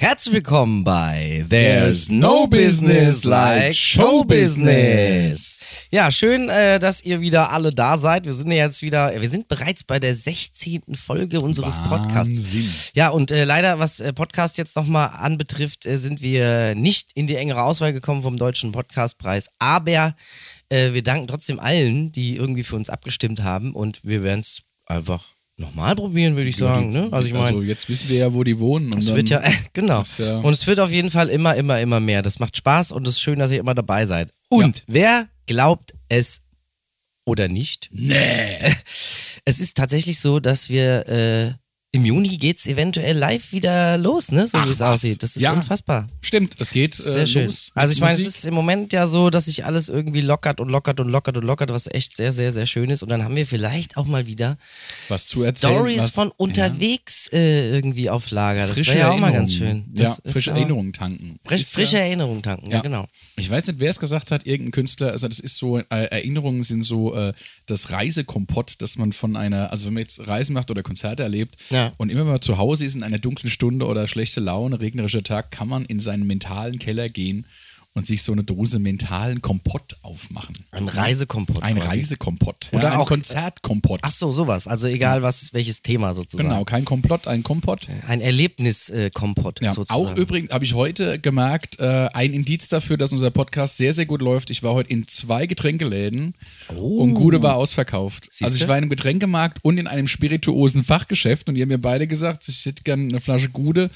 Herzlich willkommen bei There's No Business Like Show Business. Ja, schön, äh, dass ihr wieder alle da seid. Wir sind ja jetzt wieder, äh, wir sind bereits bei der 16. Folge unseres Wahnsinn. Podcasts. Ja, und äh, leider, was äh, Podcast jetzt nochmal anbetrifft, äh, sind wir nicht in die engere Auswahl gekommen vom Deutschen Podcastpreis. Aber äh, wir danken trotzdem allen, die irgendwie für uns abgestimmt haben. Und wir werden es einfach nochmal probieren, würde ich sagen. Ne? Also ich meine. also jetzt wissen wir ja, wo die wohnen. Und Es dann, wird ja, genau. ist ja- Und es wird auf jeden Fall immer, immer, immer mehr. Das macht Spaß und es ist schön, dass ihr immer dabei seid. Und wer glaubt es oder nicht? Nee. Es ist tatsächlich so, dass wir äh, im Juni geht's eventuell live wieder los, ne? So Ach, wie es was? aussieht. Das ist Ja. unfassbar. Stimmt, es geht Das ist Sehr äh, schön. los. also ich meine, es Musik. ist im Moment ja so, dass sich alles irgendwie lockert und lockert und lockert und lockert, was echt sehr, sehr, sehr schön ist. Und dann haben wir vielleicht auch mal wieder was zu erzählen. Stories was, von unterwegs äh, irgendwie auf Lager. Ja, Das frische wäre ja auch mal ganz schön. Erinnerungen. Das ja, ist frische aber- Erinnerungen tanken. Es Frisch, ist, frische äh, Erinnerungen tanken, ja, ja. genau. Ich weiß nicht, wer es gesagt hat, irgendein Künstler. Also, das ist so, äh, Erinnerungen sind so äh, das Reisekompott, das man von einer, also wenn man jetzt Reisen macht oder Konzerte erlebt Ja. und immer mal zu Hause ist in einer dunklen Stunde oder schlechte Laune, regnerischer Tag, kann man in seinen mentalen Keller gehen und sich so eine Dose mentalen Kompott aufmachen. Ein Reisekompott. Ein quasi. Reisekompott. Oder ja, ein auch- Konzertkompott. Ach so, sowas. Also egal, was, welches Thema sozusagen. genau, kein Komplott, ein Kompott. Ein Erlebniskompott Ja, sozusagen. auch übrigens habe ich heute gemerkt, äh, ein Indiz dafür, dass unser Podcast sehr, sehr gut läuft. Ich war heute in zwei Getränkeläden und Gude war ausverkauft. Also ich Oh. Siehste? war in einem Getränkemarkt und in einem spirituosen Fachgeschäft und die haben mir beide gesagt, ich hätte gerne eine Flasche Gude.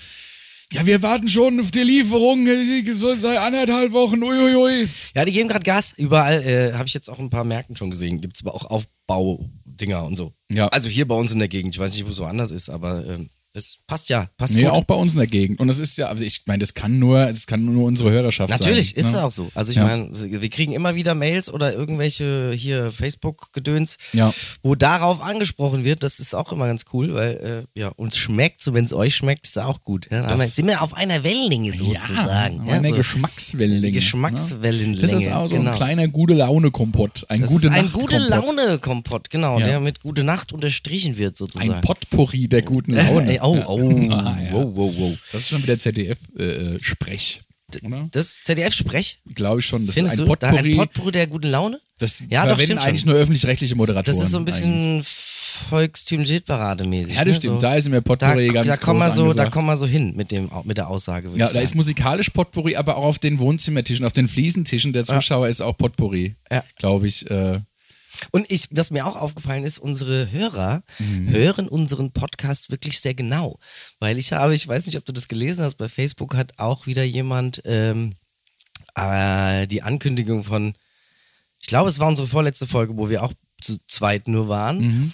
Ja, wir warten schon auf die Lieferung, es soll sei anderthalb Wochen, uiuiui. Ja, die geben gerade Gas. Überall äh, habe ich jetzt auch in ein paar Märkten schon gesehen. Gibt es aber auch Aufbaudinger und so. Ja. Also hier bei uns in der Gegend. Ich weiß nicht, wo es so anders ist, aber ähm, es passt ja. Passt Nee, gut. auch bei uns in der Gegend. Und das ist ja, also ich meine, das kann nur, das kann nur unsere Hörerschaft Natürlich, sein. ist ne? auch so. Also ich Ja. meine, wir kriegen immer wieder Mails oder irgendwelche hier Facebook-Gedöns, Ja. wo darauf angesprochen wird. Das ist auch immer ganz cool, weil äh, ja, uns schmeckt, so wenn es euch schmeckt, ist auch gut. Ja? Aber sind wir auf einer Wellenlänge sozusagen. Ah, eine so. Geschmackswellenlänge. ne? Die Geschmackswellenlänge, Das ist auch so genau. ein kleiner gute Laune Kompott, ein das gute ist ein Nacht gute Laune-Kompott, genau, Ja. der mit gute Nacht unterstrichen wird sozusagen. ein Potpourri der guten Ey, Laune. oh, oh, Ah, ja. wow, wow, wow. Das ist schon wieder ZDF äh, äh, Sprech, oder? Das ZDF-Sprech, Glaube ich schon, das findest ist ein du? Da ein Potpourri. Potpourri der guten Laune? das Ja, doch, verwenden stimmt schon. eigentlich nur öffentlich-rechtliche Moderatoren. Das ist so ein eigentlich. bisschen volkstümliche parade mäßig Ja, das stimmt. Ne? So, Da ist mir Potpourri da, ganz da kommen wir groß so, Da angesagt. kommen wir so hin mit, dem, mit der Aussage, würde Ja, ich da sagen. ist musikalisch Potpourri, aber auch auf den Wohnzimmertischen, auf den Fliesentischen der Zuschauer ist auch Potpourri, Ja. glaube ich. Äh, Und ich, was mir auch aufgefallen ist, unsere Hörer Mhm. hören unseren Podcast wirklich sehr genau. Weil ich habe, ich weiß nicht, ob du das gelesen hast, bei Facebook hat auch wieder jemand ähm, äh, die Ankündigung von, ich glaube, es war unsere vorletzte Folge, wo wir auch zu zweit nur waren. Mhm.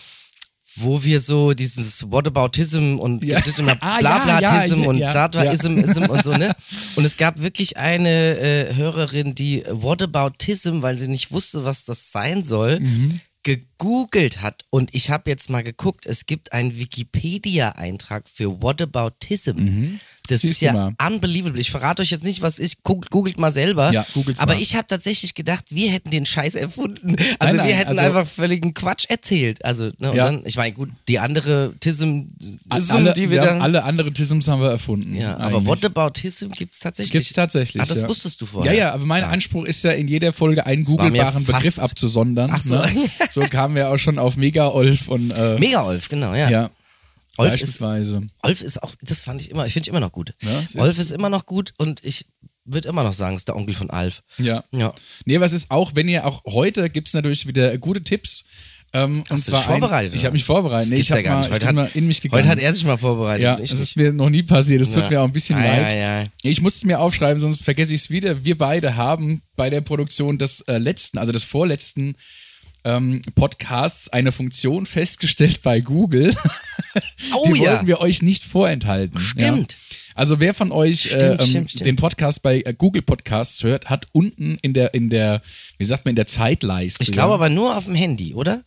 Wo wir so dieses Whataboutism und Ja. Blablablatism Ah, ja, Blablatism ja, und ja, Dataism Ism und so, ne? Und es gab wirklich eine äh, Hörerin, die Whataboutism, weil sie nicht wusste, was das sein soll, Mhm. gegoogelt hat. Und ich habe jetzt mal geguckt, es gibt einen Wikipedia-Eintrag für Whataboutism. Das Mhm. Siehst ist du ja mal. unbelievable. Ich verrate euch jetzt nicht, was ist. Googelt, googelt mal selber. Ja, googelt's Aber mal. ich habe tatsächlich gedacht, wir hätten den Scheiß erfunden. Also nein, wir hätten also- einfach völligen Quatsch erzählt. Also, ne, und Ja. dann, ich meine, gut, die andere Tism, Ism, alle, die wir ja, dann. alle anderen Tisms haben wir erfunden. Ja, aber eigentlich. What About Hism gibt es tatsächlich. Gibt's tatsächlich. Ah, das ja. wusstest du vorher. Ja, ja, aber mein Anspruch ist ja, in jeder Folge einen war mir googelbaren fast- Begriff abzusondern. Ach so. Ne? so kamen wir auch schon auf Mega-Olf und äh, Mega-Olf, genau, ja. ja, Olf, ist, beispielsweise. Olf ist auch, das fand ich immer, ich finde ich immer noch gut. Ja, es ist- Olf ist immer noch gut und ich würde immer noch sagen, es ist der Onkel von Alf. Ja. Äh, Ja. Nee, was ist auch, wenn ihr auch heute gibt es natürlich wieder gute Tipps. Ähm, Hast und du dich zwar ein- vorbereitet? Ich oder? habe mich vorbereitet. Das Nee, gibt's ich habe ja gar mal, nicht. ich Heute bin hat, mal in mich gegangen. heute hat er sich mal vorbereitet. ja, und das ich ist nicht. mir noch nie passiert. Das tut Ja. mir auch ein bisschen Ei, leid. ei, ei. Ich musste es mir aufschreiben, sonst vergesse ich es wieder. Wir beide haben bei der Produktion des äh, letzten, also des vorletzten ähm, Podcasts eine Funktion festgestellt bei Google. Oh Die ja. wollten wir euch nicht vorenthalten. Stimmt. Ja. Also wer von euch äh, Stimmt, ähm, stimmt, stimmt. den Podcast bei äh, Google Podcasts hört, hat unten in der, in der, wie sagt man, in der Zeitleiste. Ich glaube ja, aber nur auf dem Handy, oder?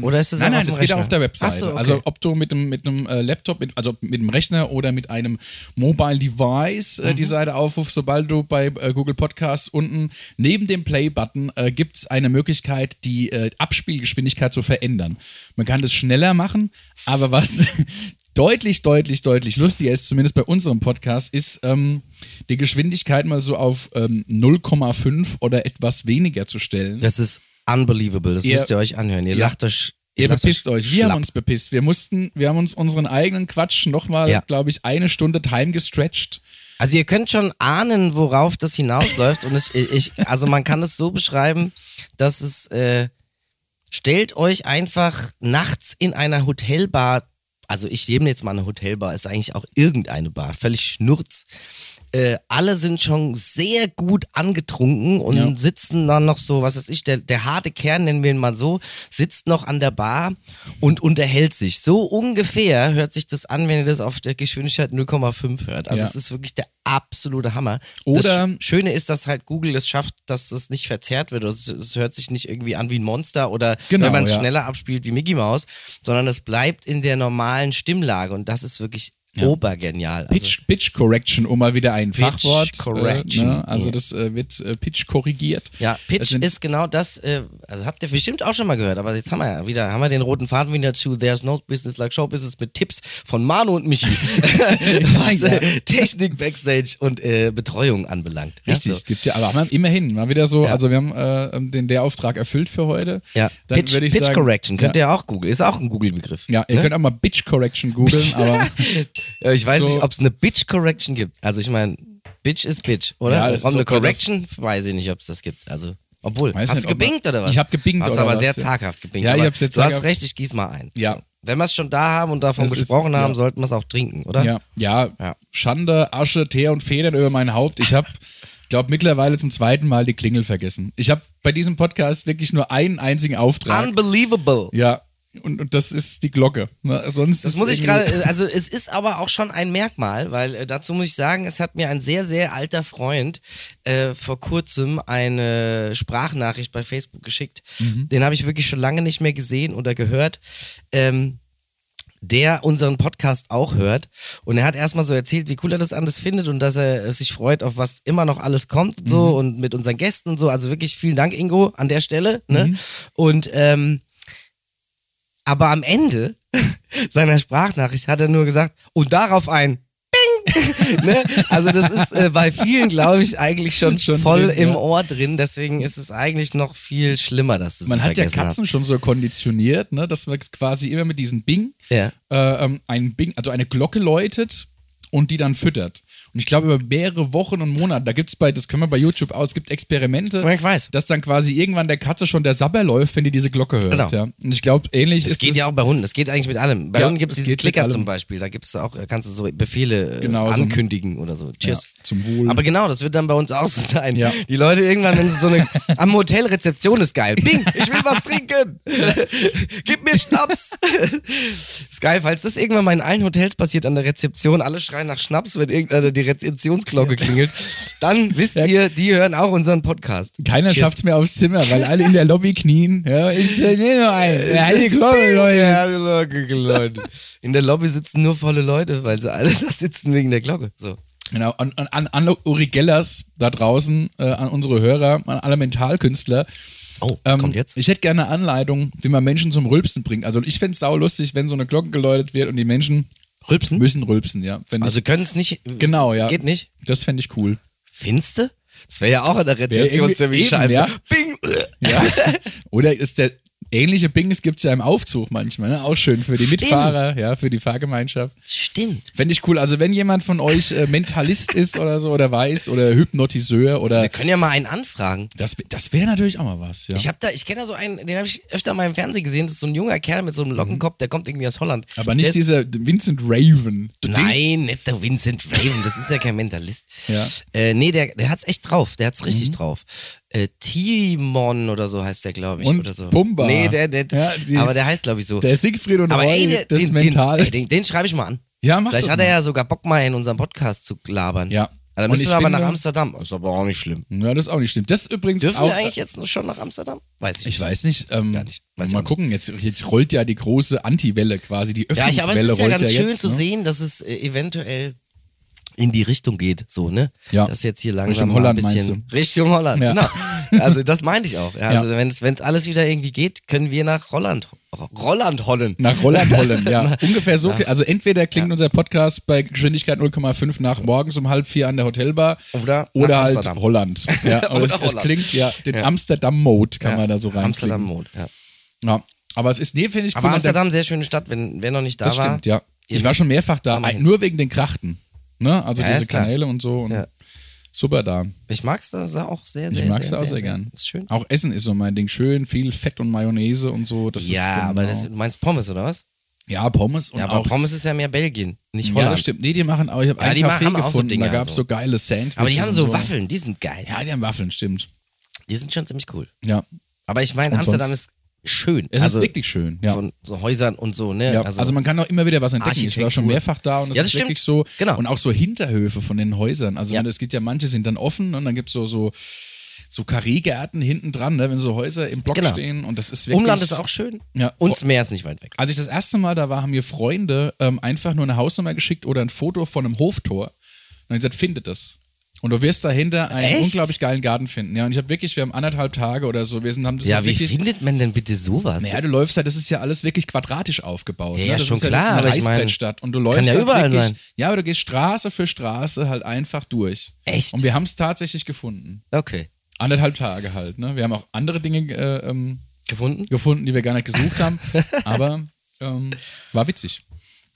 oder ist das Ähm, auch nein, nein, auf dem das geht auch Rechner? auf der Webseite. Ach so, okay. Also ob du mit einem mit einem äh, Laptop, mit, also mit einem Rechner oder mit einem Mobile Device Mhm. äh, die Seite aufrufst, sobald du bei äh, Google Podcasts unten neben dem Play-Button äh, gibt es eine Möglichkeit, die äh, Abspielgeschwindigkeit zu verändern. Man kann das schneller machen, aber was deutlich, deutlich, deutlich lustiger ist, zumindest bei unserem Podcast, ist ähm, die Geschwindigkeit mal so auf ähm, 0,5 oder etwas weniger zu stellen. Das ist unbelievable. Das Ihr- müsst ihr euch anhören. Ihr Ja. lacht euch. Ihr lacht bepisst euch. Wir schlapp. haben uns bepisst. Wir mussten, wir haben uns unseren eigenen Quatsch nochmal, Ja. glaube ich, eine Stunde time gestretched. Also ihr könnt schon ahnen, worauf das hinausläuft. Und es, ich, also man kann es so beschreiben, dass es äh, stellt euch einfach nachts in einer Hotelbar, also ich nehme jetzt mal eine Hotelbar, ist eigentlich auch irgendeine Bar, völlig schnurz. Äh, alle sind schon sehr gut angetrunken und Ja. sitzen dann noch so, was weiß ich, der, der harte Kern, nennen wir ihn mal so, sitzt noch an der Bar und unterhält sich. So ungefähr hört sich das an, wenn ihr das auf der Geschwindigkeit 0,5 hört. Also Ja. es ist wirklich der absolute Hammer. Oder- das Sch- Schöne ist, dass halt Google es schafft, dass es nicht verzerrt wird. Es, es hört sich nicht irgendwie an wie ein Monster oder Genau, wenn man es ja. schneller abspielt wie Mickey Mouse, sondern es bleibt in der normalen Stimmlage und das ist wirklich obergenial. Also, Pitch, Pitch Correction, um mal wieder ein Pitch Fachwort. Correction. Äh, ne? Also Ja. das äh, wird äh, Pitch korrigiert. Also, ja, Das Pitch sind- ist genau das, äh, also habt ihr bestimmt auch schon mal gehört, aber jetzt haben wir ja wieder, haben wir den roten Faden wieder zu There's No Business Like Show Business mit Tipps von Manu und Michi, was Ja. äh, Technik, Backstage und äh, Betreuung anbelangt. Ja, Richtig, so. gibt's ja, aber haben wir immerhin mal wieder so, Ja. also wir haben äh, den der Auftrag erfüllt für heute. Ja, Dann Pitch, würde ich Pitch sagen, Correction könnt ja, ihr auch googeln. Ist auch ein Google-Begriff. Ne? Ja, ihr könnt auch mal Bitch Correction googeln, aber Ja, ich weiß So. nicht, ob es eine Bitch Correction gibt. Also ich meine, Bitch ist Bitch, oder? Ja, Ja, das Und eine ist okay, Correction weiß ich nicht, ob es das gibt. Also, obwohl, Weiß hast nicht, du ob man- gebinkt oder was? Ich hab gebinkt hast oder aber was, sehr ja. zaghaft gebinkt. Ja, ich aber hab's jetzt Du hast zaghaft- recht, ich gieß mal ein. Ja. Wenn wir es schon da haben und davon Das ist- gesprochen haben, ja. sollten wir es auch trinken, oder? ja, ja, Ja. Schande, Asche, Teer und Federn über mein Haupt. Ich habe, glaube mittlerweile zum zweiten Mal die Klingel vergessen. Ich habe bei diesem Podcast wirklich nur einen einzigen Auftrag. Unbelievable. ja, und, und das ist die Glocke. Ne? Sonst Das ist muss ich irgendwie- gerade, also es ist aber auch schon ein Merkmal, weil äh, dazu muss ich sagen, es hat mir ein sehr, sehr alter Freund äh, vor kurzem eine Sprachnachricht bei Facebook geschickt. Den habe ich wirklich schon lange nicht mehr gesehen oder gehört. Ähm, der unseren Podcast auch hört. Und er hat erstmal so erzählt, wie cool er das alles findet und dass er äh, sich freut, auf was immer noch alles kommt und so und mit unseren Gästen und so. Also wirklich vielen Dank, Ingo, an der Stelle. Ne? Und ähm, aber am Ende seiner Sprachnachricht hat er nur gesagt, und darauf ein Bing! ne? Also das ist äh, bei vielen, glaube ich, eigentlich schon, Schon voll drin, im ja. Ohr drin. Deswegen ist es eigentlich noch viel schlimmer, dass du es Man hat ja vergessen Katzen schon so konditioniert, ne, dass man quasi immer mit diesem Bing, Ja. äh, ähm, ein Bing, also eine Glocke läutet und die dann füttert. Und ich glaube, über mehrere Wochen und Monate, da gibt es bei, das können wir bei YouTube aus, es gibt Experimente, Ja, ich weiß. dass dann quasi irgendwann der Katze schon der Sabber läuft, wenn die diese Glocke hört. Genau. Ja. Und ich glaube, ähnlich Es ist geht es ja auch bei Hunden, es geht eigentlich mit allem. Bei Ja, Hunden gibt es es diesen geht mit Klicker allem. zum Beispiel, da gibt's auch, äh, kannst du so Befehle äh, Genau, so ein- ankündigen oder so. Cheers. zum Wohl. Aber genau, das wird dann bei uns auch so sein. Ja. Die Leute irgendwann, wenn sie so eine, am Hotel Rezeption ist geil. Bing, ich will was trinken. Gib mir Schnaps. ist geil, falls das irgendwann mal in allen Hotels passiert an der Rezeption, alle schreien nach Schnaps, wenn irgendeiner die Rezeptionsglocke klingelt, dann wisst ihr, die hören auch unseren Podcast. keiner Cheers. schafft es mehr aufs Zimmer, weil alle in der Lobby knien. Ja, ich äh, nehme nur ein. Ja, eine Ist Glocke, Bing, Leute. ja, die Glocke geläutet. In der Lobby sitzen nur volle Leute, weil sie alle da sitzen wegen der Glocke. So. Genau, an, an, an alle Urigellas da draußen, äh, an unsere Hörer, an alle Mentalkünstler. Oh, das Ähm, kommt jetzt. Ich hätte gerne eine Anleitung, wie man Menschen zum Rülpsen bringt. Also ich fände es saulustig, wenn so eine Glocke geläutet wird und die Menschen Rülpsen? müssen rülpsen, ja. Fänd ich, Hm? Also können es nicht. genau, ja. Geht nicht. Das fände ich cool. Finste? Das wäre ja auch an der irgendwie Rezeption ziemlich eben, scheiße. ja. Bing! Ja. Oder ist der ähnliche Bings gibt es ja im Aufzug manchmal, ne? Auch schön für die Stimmt. Mitfahrer, ja, für die Fahrgemeinschaft. Stimmt. Fände ich cool. Also wenn jemand von euch äh, Mentalist ist oder so oder weiß oder Hypnotiseur Wir oder können ja mal einen anfragen. das, das wäre natürlich auch mal was, ja. Ne, Ich habe da, ich kenne da so einen, den habe ich öfter mal im Fernsehen gesehen. Das ist so ein junger Kerl mit so einem Lockenkopf, der kommt irgendwie aus Holland. Aber nicht der ist, dieser Vincent Raven. Du denkst- Nein, nicht der Vincent Raven, das ist ja kein Mentalist. Ja. Mhm. Äh, nee, der, der hat's echt drauf, der hat's richtig drauf. Äh, Timon oder so heißt der, glaube ich. Und oder so. Pumba. Nee, der, der, Ja, die aber ist- der heißt, glaube ich, so. Der Siegfried und aber Roy, ey, der, das den, Mental. den, ey, den, den schreibe ich mal an. Ja, mach Vielleicht das hat er mal. ja sogar Bock mal in unserem Podcast zu labern. Ja. Also Und müssen ich wir aber finde- nach Amsterdam. Ist aber auch nicht schlimm. Ja, das ist auch nicht stimmt. Das ist übrigens Dürfen auch. wir eigentlich jetzt schon nach Amsterdam? Weiß ich nicht. ich weiß nicht. Ähm, Gar nicht. Weiß ich mal auch nicht. gucken. Jetzt, jetzt rollt ja die große Anti-Welle quasi, die Ja, ich, Öffnungswelle aber es ist ja rollt ne? ganz schön jetzt, zu ne? sehen, dass es äh, eventuell in die Richtung geht, so, ne? Ja. Dass jetzt hier langsam Richtung mal Holland, ein bisschen meinst Richtung Holland, Ja. genau. Also das meinte ich auch. Ja, Ja. also wenn es wenn es alles wieder irgendwie geht, können wir nach Holland Rolland hollen. Nach Holland Holland, ja. Ungefähr so. kli- Also entweder klingt unser Podcast bei Geschwindigkeit 0,5 nach morgens um halb vier an der Hotelbar Oder oder nach halt Amsterdam. Holland. Ja, aber Oder es, es Holland. klingt ja den Ja. Amsterdam-Mode kann Ja, man da so rein. Amsterdam Mode, ja. Ja. Aber es ist, nee, finde ich Aber cool, dass der- Amsterdam, sehr schöne Stadt, wenn wer noch nicht da Das war. stimmt, ja. ihr Ich war müsst- schon mehrfach da, Komm mal hin. nur wegen den Krachten. Ne? Also Ja, diese ist klar. Kanäle und so. Und Ja. Super da. Ich mag's da sa- auch sehr, sehr Ich mag's sehr, da auch sehr gern. Ist schön. Auch Essen ist so mein Ding. Schön, viel Fett und Mayonnaise und so. Das ja, ist aber genau- das, du meinst Pommes, oder was? ja, Pommes und Ja, aber auch Pommes ist ja mehr Belgien, nicht Ja, Holland. das stimmt. Nee, die machen auch. Ich habe Ja, einen die machen- Café haben auch so gefunden, da Dinger gab es so. so geile Sandwiches. aber die haben und so, Waffeln, die sind geil. Ja, die haben Waffeln, stimmt. Die sind schon ziemlich cool. Ja. Aber ich meine, Und Amsterdam sonst? ist schön. Es also ist wirklich schön. Ja. von so Häusern und so, ne? ja, also, man kann auch immer wieder was entdecken. Ich war schon Architektur. mehrfach da und es Ja, das ist wirklich so. stimmt. Genau. Und auch so Hinterhöfe von den Häusern. Also Ja. wenn- es gibt ja manche sind dann offen ne, und dann gibt es so, so, so Karriergärten hinten dran, ne, wenn so Häuser im Block Genau. stehen und das ist wirklich. Umland ist auch schön. Ja. Und das Meer ist nicht weit weg. Als ich das erste Mal da war, haben mir Freunde ähm, einfach nur eine Hausnummer geschickt oder ein Foto von einem Hoftor. Und dann gesagt, findet das. Und du wirst dahinter einen Echt? unglaublich geilen Garten finden. Ja, und ich habe wirklich, wir haben anderthalb Tage oder so, wir sind, haben das Ja, halt wie wirklich. findet man denn bitte sowas? Naja, du läufst halt, das ist ja alles wirklich quadratisch aufgebaut. Ja, ne? ja, das schon ist klar, Ja aber ich wirklich eine mein, Reißbrettstadt. Und du läufst kann ja halt überall wirklich, sein. Ja, aber du gehst Straße für Straße halt einfach durch. Echt? Und wir haben es tatsächlich gefunden. Okay. Anderthalb Tage halt. Ne? Wir haben auch andere Dinge äh, ähm, Gefunden? gefunden, die wir gar nicht gesucht haben. aber ähm, war witzig.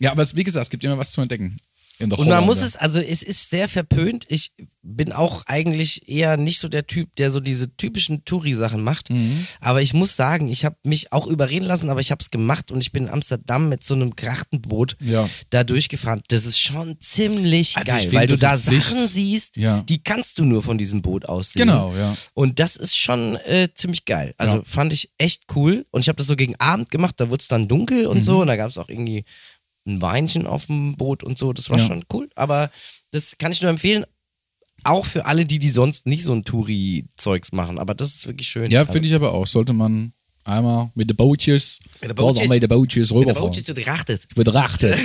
Ja, aber es, wie gesagt, es gibt immer was zu entdecken. In der Und man Hollande. muss es, also es ist sehr verpönt. Ich bin auch eigentlich eher nicht so der Typ, der so diese typischen Touri-Sachen macht. Mhm. Aber ich muss sagen, ich habe mich auch überreden lassen, aber ich habe es gemacht und ich bin in Amsterdam mit so einem Krachtenboot Ja. da durchgefahren. Das ist schon ziemlich Also ich geil, finde, weil du das da ist Pflicht. Sachen siehst, Ja. die kannst du nur von diesem Boot aus sehen. Genau, ja. Und das ist schon äh, ziemlich geil. Also Ja. fand ich echt cool. Und ich habe das so gegen Abend gemacht, da wurde es dann dunkel und Mhm. so. Und da gab es auch irgendwie ein Weinchen auf dem Boot und so. Das war Ja. schon cool. Aber das kann ich nur empfehlen. Auch für alle, die, die sonst nicht so ein Touri-Zeugs machen. Aber das ist wirklich schön. Ja, also, finde ich aber auch. Sollte man einmal mit den Bootjes, Mit den Bootjes. Boah, mit den Bootjes Der rüberfahren. Boot ist so gerachtet. Betrachtet.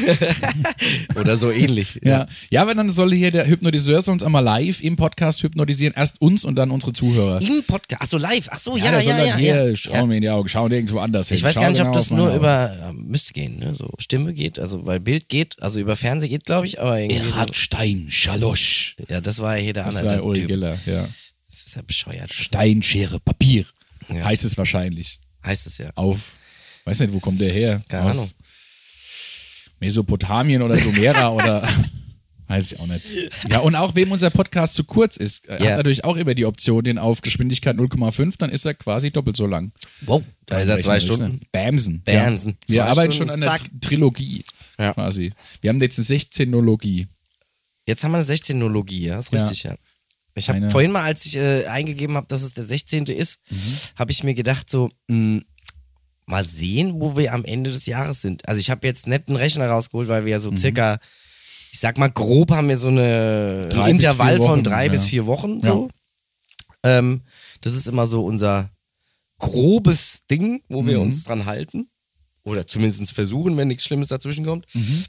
Oder so ähnlich. Ja. ja, aber dann soll hier der Hypnotiseur soll uns einmal live im Podcast hypnotisieren. Erst uns und dann unsere Zuhörer. Im Podcast. Achso, live. Achso, ja, ja, der soll ja. dann ja, hier, schau mir in die Augen, schau nirgendwo anders hin. Ich weiß schau gar nicht, genau ob das auf meine nur Augen. über, äh, müsste gehen, ne? So Stimme geht, also weil Bild geht, also über Fernsehen geht, glaube ich, aber irgendwie. So, Gerhard Stein, Schalosch. ja, das war ja hier der Das andere war Uri Typ. Geller, ja. Das ist ja bescheuert. Stein, Schere, Papier. Ja. Heißt es wahrscheinlich. Heißt es ja. auf, weiß nicht, wo kommt der her? Keine aus Ahnung. Mesopotamien oder Sumera oder weiß ich auch nicht. Ja, und auch wem unser Podcast zu kurz ist, er Ja. hat natürlich auch immer die Option, den auf Geschwindigkeit 0,5, dann ist er quasi doppelt so lang. Wow, da ist er zwei Rechnerisch, Stunden. ne? Bamsen. Bamsen. Ja. Wir Zwei arbeiten Stunden, schon an der zack. Tr- Trilogie Ja. quasi. Wir haben jetzt eine 16-Nologie. Jetzt haben wir eine 16-Nologie, ja, ist ne? Ja. richtig, ja. Ich habe Eine- vorhin mal, als ich äh, eingegeben habe, dass es der 16. ist, Mhm. habe ich mir gedacht, so, mh, mal sehen, wo wir am Ende des Jahres sind. Also ich habe jetzt nicht einen Rechner rausgeholt, weil wir ja so Mhm. circa, ich sag mal, grob haben wir so eine, ein Drei bis Intervall vier Wochen, von drei ja. bis vier Wochen so. Ähm, das ist immer so unser grobes Ding, wo Mhm. wir uns dran halten. Oder zumindest versuchen, wenn nichts Schlimmes dazwischen kommt. Mhm.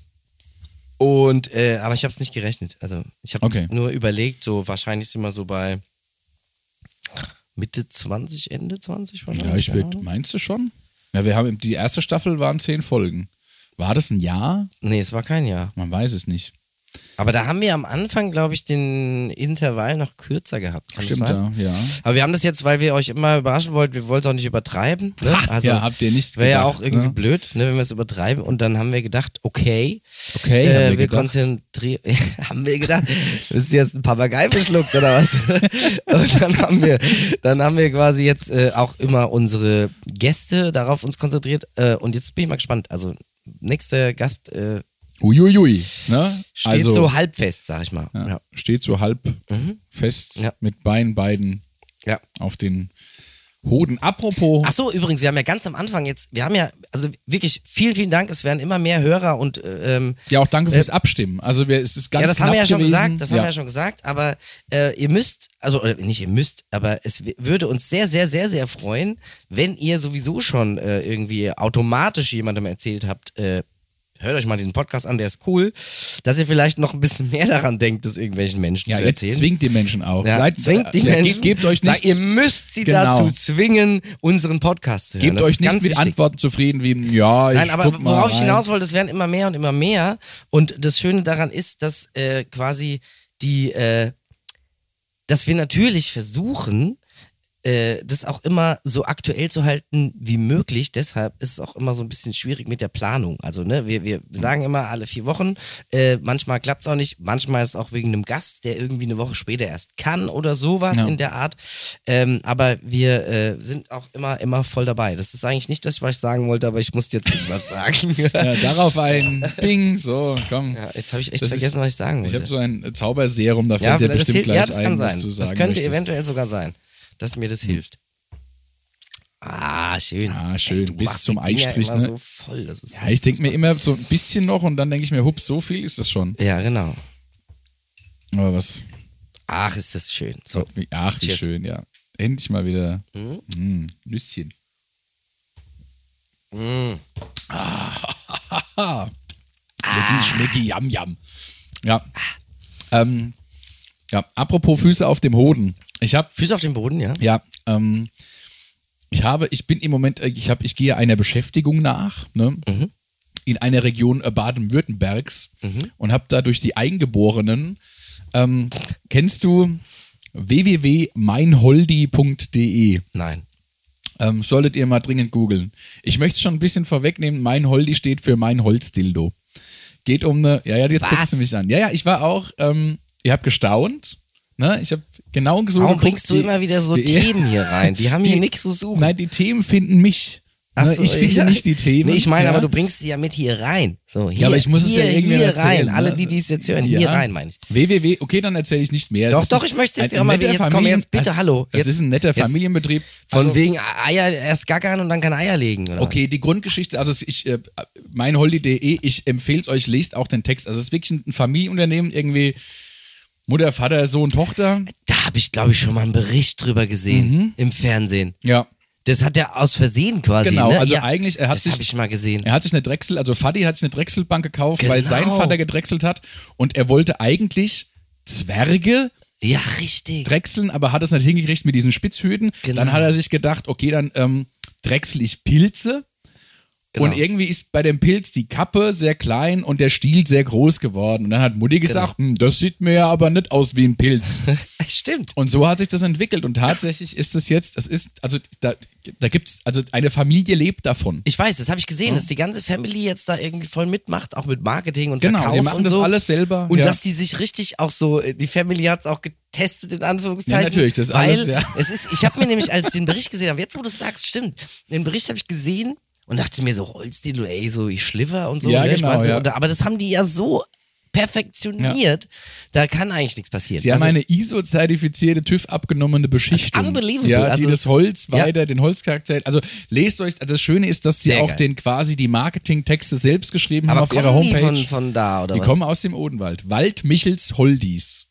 Und, äh, aber ich habe es nicht gerechnet. Also ich habe Okay. nur überlegt, so wahrscheinlich sind wir so bei Mitte 20, Ende 20 wahrscheinlich. Ja, ich keine würd, Ahnung. meinst du schon? Ja, wir haben, die erste Staffel waren zehn Folgen. War das ein Jahr? Nee, es war kein Jahr. Man weiß es nicht. Aber da haben wir am Anfang, glaube ich, den Intervall noch kürzer gehabt. Kann Stimmt, das sein? ja. ja. Aber wir haben das jetzt, weil wir euch immer überraschen wollten, wir wollten es auch nicht übertreiben. Ne? Ha, ja, habt ihr nicht Wäre ja gedacht, auch irgendwie ne? blöd, ne, wenn wir es übertreiben. Und dann haben wir gedacht, okay, Okay, äh, haben wir wir, gedacht. konzentrieren, haben wir gedacht, bist du jetzt ein Papagei verschluckt oder was? Und dann haben wir, dann haben wir quasi jetzt äh, auch immer unsere Gäste darauf uns konzentriert. Äh, und jetzt bin ich mal gespannt. Also nächster Gast äh, Uiuiui. Ne? steht also, so halb fest, sag ich mal. ja, Ja. Steht so halb fest Ja. mit Beinen beiden ja. auf den Hoden. Apropos. Ach so, übrigens, wir haben ja ganz am Anfang jetzt, wir haben ja, also wirklich, vielen, vielen Dank. Es werden immer mehr Hörer und äh, ähm, ja, auch danke fürs Abstimmen. Also wir, es ist ganz ja, das haben knapp wir ja schon gewesen. gesagt, das haben wir ja schon gesagt, aber äh, ihr müsst, also oder nicht ihr müsst, aber es w- würde uns sehr, sehr, sehr, sehr freuen, wenn ihr sowieso schon äh, irgendwie automatisch jemandem erzählt habt, äh, hört euch mal diesen Podcast an, der ist cool, dass ihr vielleicht noch ein bisschen mehr daran denkt, das irgendwelchen Menschen Ja, zu jetzt erzählen. zwingt die Menschen auch. ja, Seid, zwingt die äh, ge- Menschen. Gebt euch Sagt, nicht, ihr müsst sie Genau. dazu zwingen, unseren Podcast zu hören. gebt das euch ist nicht mit ganz wichtig. Antworten zufrieden wie, ein ja, ich Nein, aber guck mal worauf ich rein. hinaus wollte, es werden immer mehr und immer mehr. Und das Schöne daran ist, dass äh, quasi die, äh, dass wir natürlich versuchen, äh, das auch immer so aktuell zu halten wie möglich. Deshalb ist es auch immer so ein bisschen schwierig mit der Planung. Also, ne, wir, Mhm. wir sagen immer alle vier Wochen, äh, manchmal klappt es auch nicht, manchmal ist es auch wegen einem Gast, der irgendwie eine Woche später erst kann oder sowas Ja. in der Art. Ähm, aber wir äh, sind auch immer, immer voll dabei. Das ist eigentlich nicht das, was ich sagen wollte, aber ich musste jetzt irgendwas sagen. Ja, darauf ein Bing, so, komm. Ja, jetzt habe ich echt Das vergessen, ist- was ich sagen Ich wollte. habe so ein Zauberserum, da fällt dir vielleicht- das bestimmt hilft- gleich ja, das ein, kann was sein. du sagen das könnte möchtest. Hm. eventuell sogar sein, dass mir das hilft. Ah, schön. Ah, schön. Ey, du Bis machst zum die Dinger Einstrich, immer ne? so voll. Das ist Ja, ich denke mir immer so ein bisschen noch und dann denke ich mir, hups, so viel ist das schon. ja, genau. Aber was, Ach, ist das schön. So. Gott, wie, ach, wie Cheers. Hm? schön, ja. Endlich mal wieder mm, Nüsschen. Hm. Ah, Schmecki, schmecki, yam, yam. Ja. Ah. Ähm, ja, apropos Füße auf dem Hoden. Ich habe Füße auf dem Boden, ja? Ja, ähm, ich habe, ich bin im Moment, äh, ich habe, ich gehe einer Beschäftigung nach, ne? In einer Region äh, Baden-Württembergs und habe da durch die Eingeborenen, ähm, kennst du www.meinholdi.de? Nein. Ähm, solltet ihr mal dringend googeln. Ich möchte es schon ein bisschen vorwegnehmen, mein Holdi steht für mein Holzdildo. Geht um eine, ja, ja, jetzt Was? guckst du mich an. Ja, ja, ich war auch, ähm, ihr habt gestaunt, ne? Ich habe genau so Warum geguckt, bringst du wie- immer wieder so wie- Themen hier rein? Die haben hier nichts zu suchen. Oh. Nein, die Themen finden mich. Ach Ne, so, ich finde ja. nicht die Themen. Nee, ich meine, ja. aber du bringst sie ja mit hier rein. So, hier, ja, aber ich muss hier, es ja irgendwie hier erzählen. rein. ne? Alle, die die es jetzt hören, Ja. hier rein, meine ich. www, okay, dann erzähle ich nicht mehr. Es Doch, ist doch, ein- ich möchte jetzt ein ja mal- netter jetzt komm, Familien- jetzt bitte, es- hallo, Es jetzt- ist ein netter jetzt- Familienbetrieb. Von Also, wegen Eier erst gackern und dann kann Eier legen, oder? was? Okay, die Grundgeschichte, also ich, äh, meinholdi.de, ich empfehle es euch, lest auch den Text. Also es ist wirklich ein Familienunternehmen, irgendwie Mutter, Vater, Sohn, Tochter. Da habe ich, glaube ich, schon mal einen Bericht drüber gesehen Mhm. im Fernsehen. Ja. Das hat er aus Versehen quasi. Genau, ne? also ja, eigentlich, er hat das sich- habe ich mal gesehen. Er hat sich eine Drechsel, also Fadi hat sich eine Drechselbank gekauft, weil Genau. sein Vater gedrechselt hat und er wollte eigentlich Zwerge Ja, richtig. drechseln, aber hat es nicht hingekriegt mit diesen Spitzhüten. Genau. Dann hat er sich gedacht, okay, dann ähm, drechsel ich Pilze. Genau. Und irgendwie ist bei dem Pilz die Kappe sehr klein und der Stiel sehr groß geworden. Und dann hat Mutti Genau. gesagt, "Hm, das sieht mir ja aber nicht aus wie ein Pilz. Stimmt. Und so hat sich das entwickelt. Und tatsächlich ist es jetzt, das ist, also da, da gibt es, also eine Familie lebt davon. Ich weiß, das habe ich gesehen, dass die ganze Family jetzt da irgendwie voll mitmacht, auch mit Marketing und Genau, Verkauf die machen und das so. alles selber. Und ja. dass die sich richtig auch so, äh, die Family hat es auch getestet, in Anführungszeichen. Ja, natürlich, das ist weil alles, ja. es ist, ich habe mir nämlich, als ich den Bericht gesehen habe, jetzt wo du es sagst, stimmt, den Bericht habe ich gesehen und dachte mir so, Holzdilo, ey, so ich schliver und so. Ja, ne? ich genau, weiß nicht, ja. und da- aber das haben die ja so perfektioniert, da kann eigentlich nichts passieren. Also, Sie haben eine ISO-zertifizierte, TÜV abgenommene Beschichtung. unbelievable. Ja, die Also- das Holz Ja. weiter, den Holzcharakter. Also lest euch, also das Schöne ist, dass sie Sehr auch geil. den quasi die Marketingtexte selbst geschrieben aber haben auf ihrer kommen die Homepage. von, von da oder die was? kommen aus dem Odenwald. Wald Michels Holdies.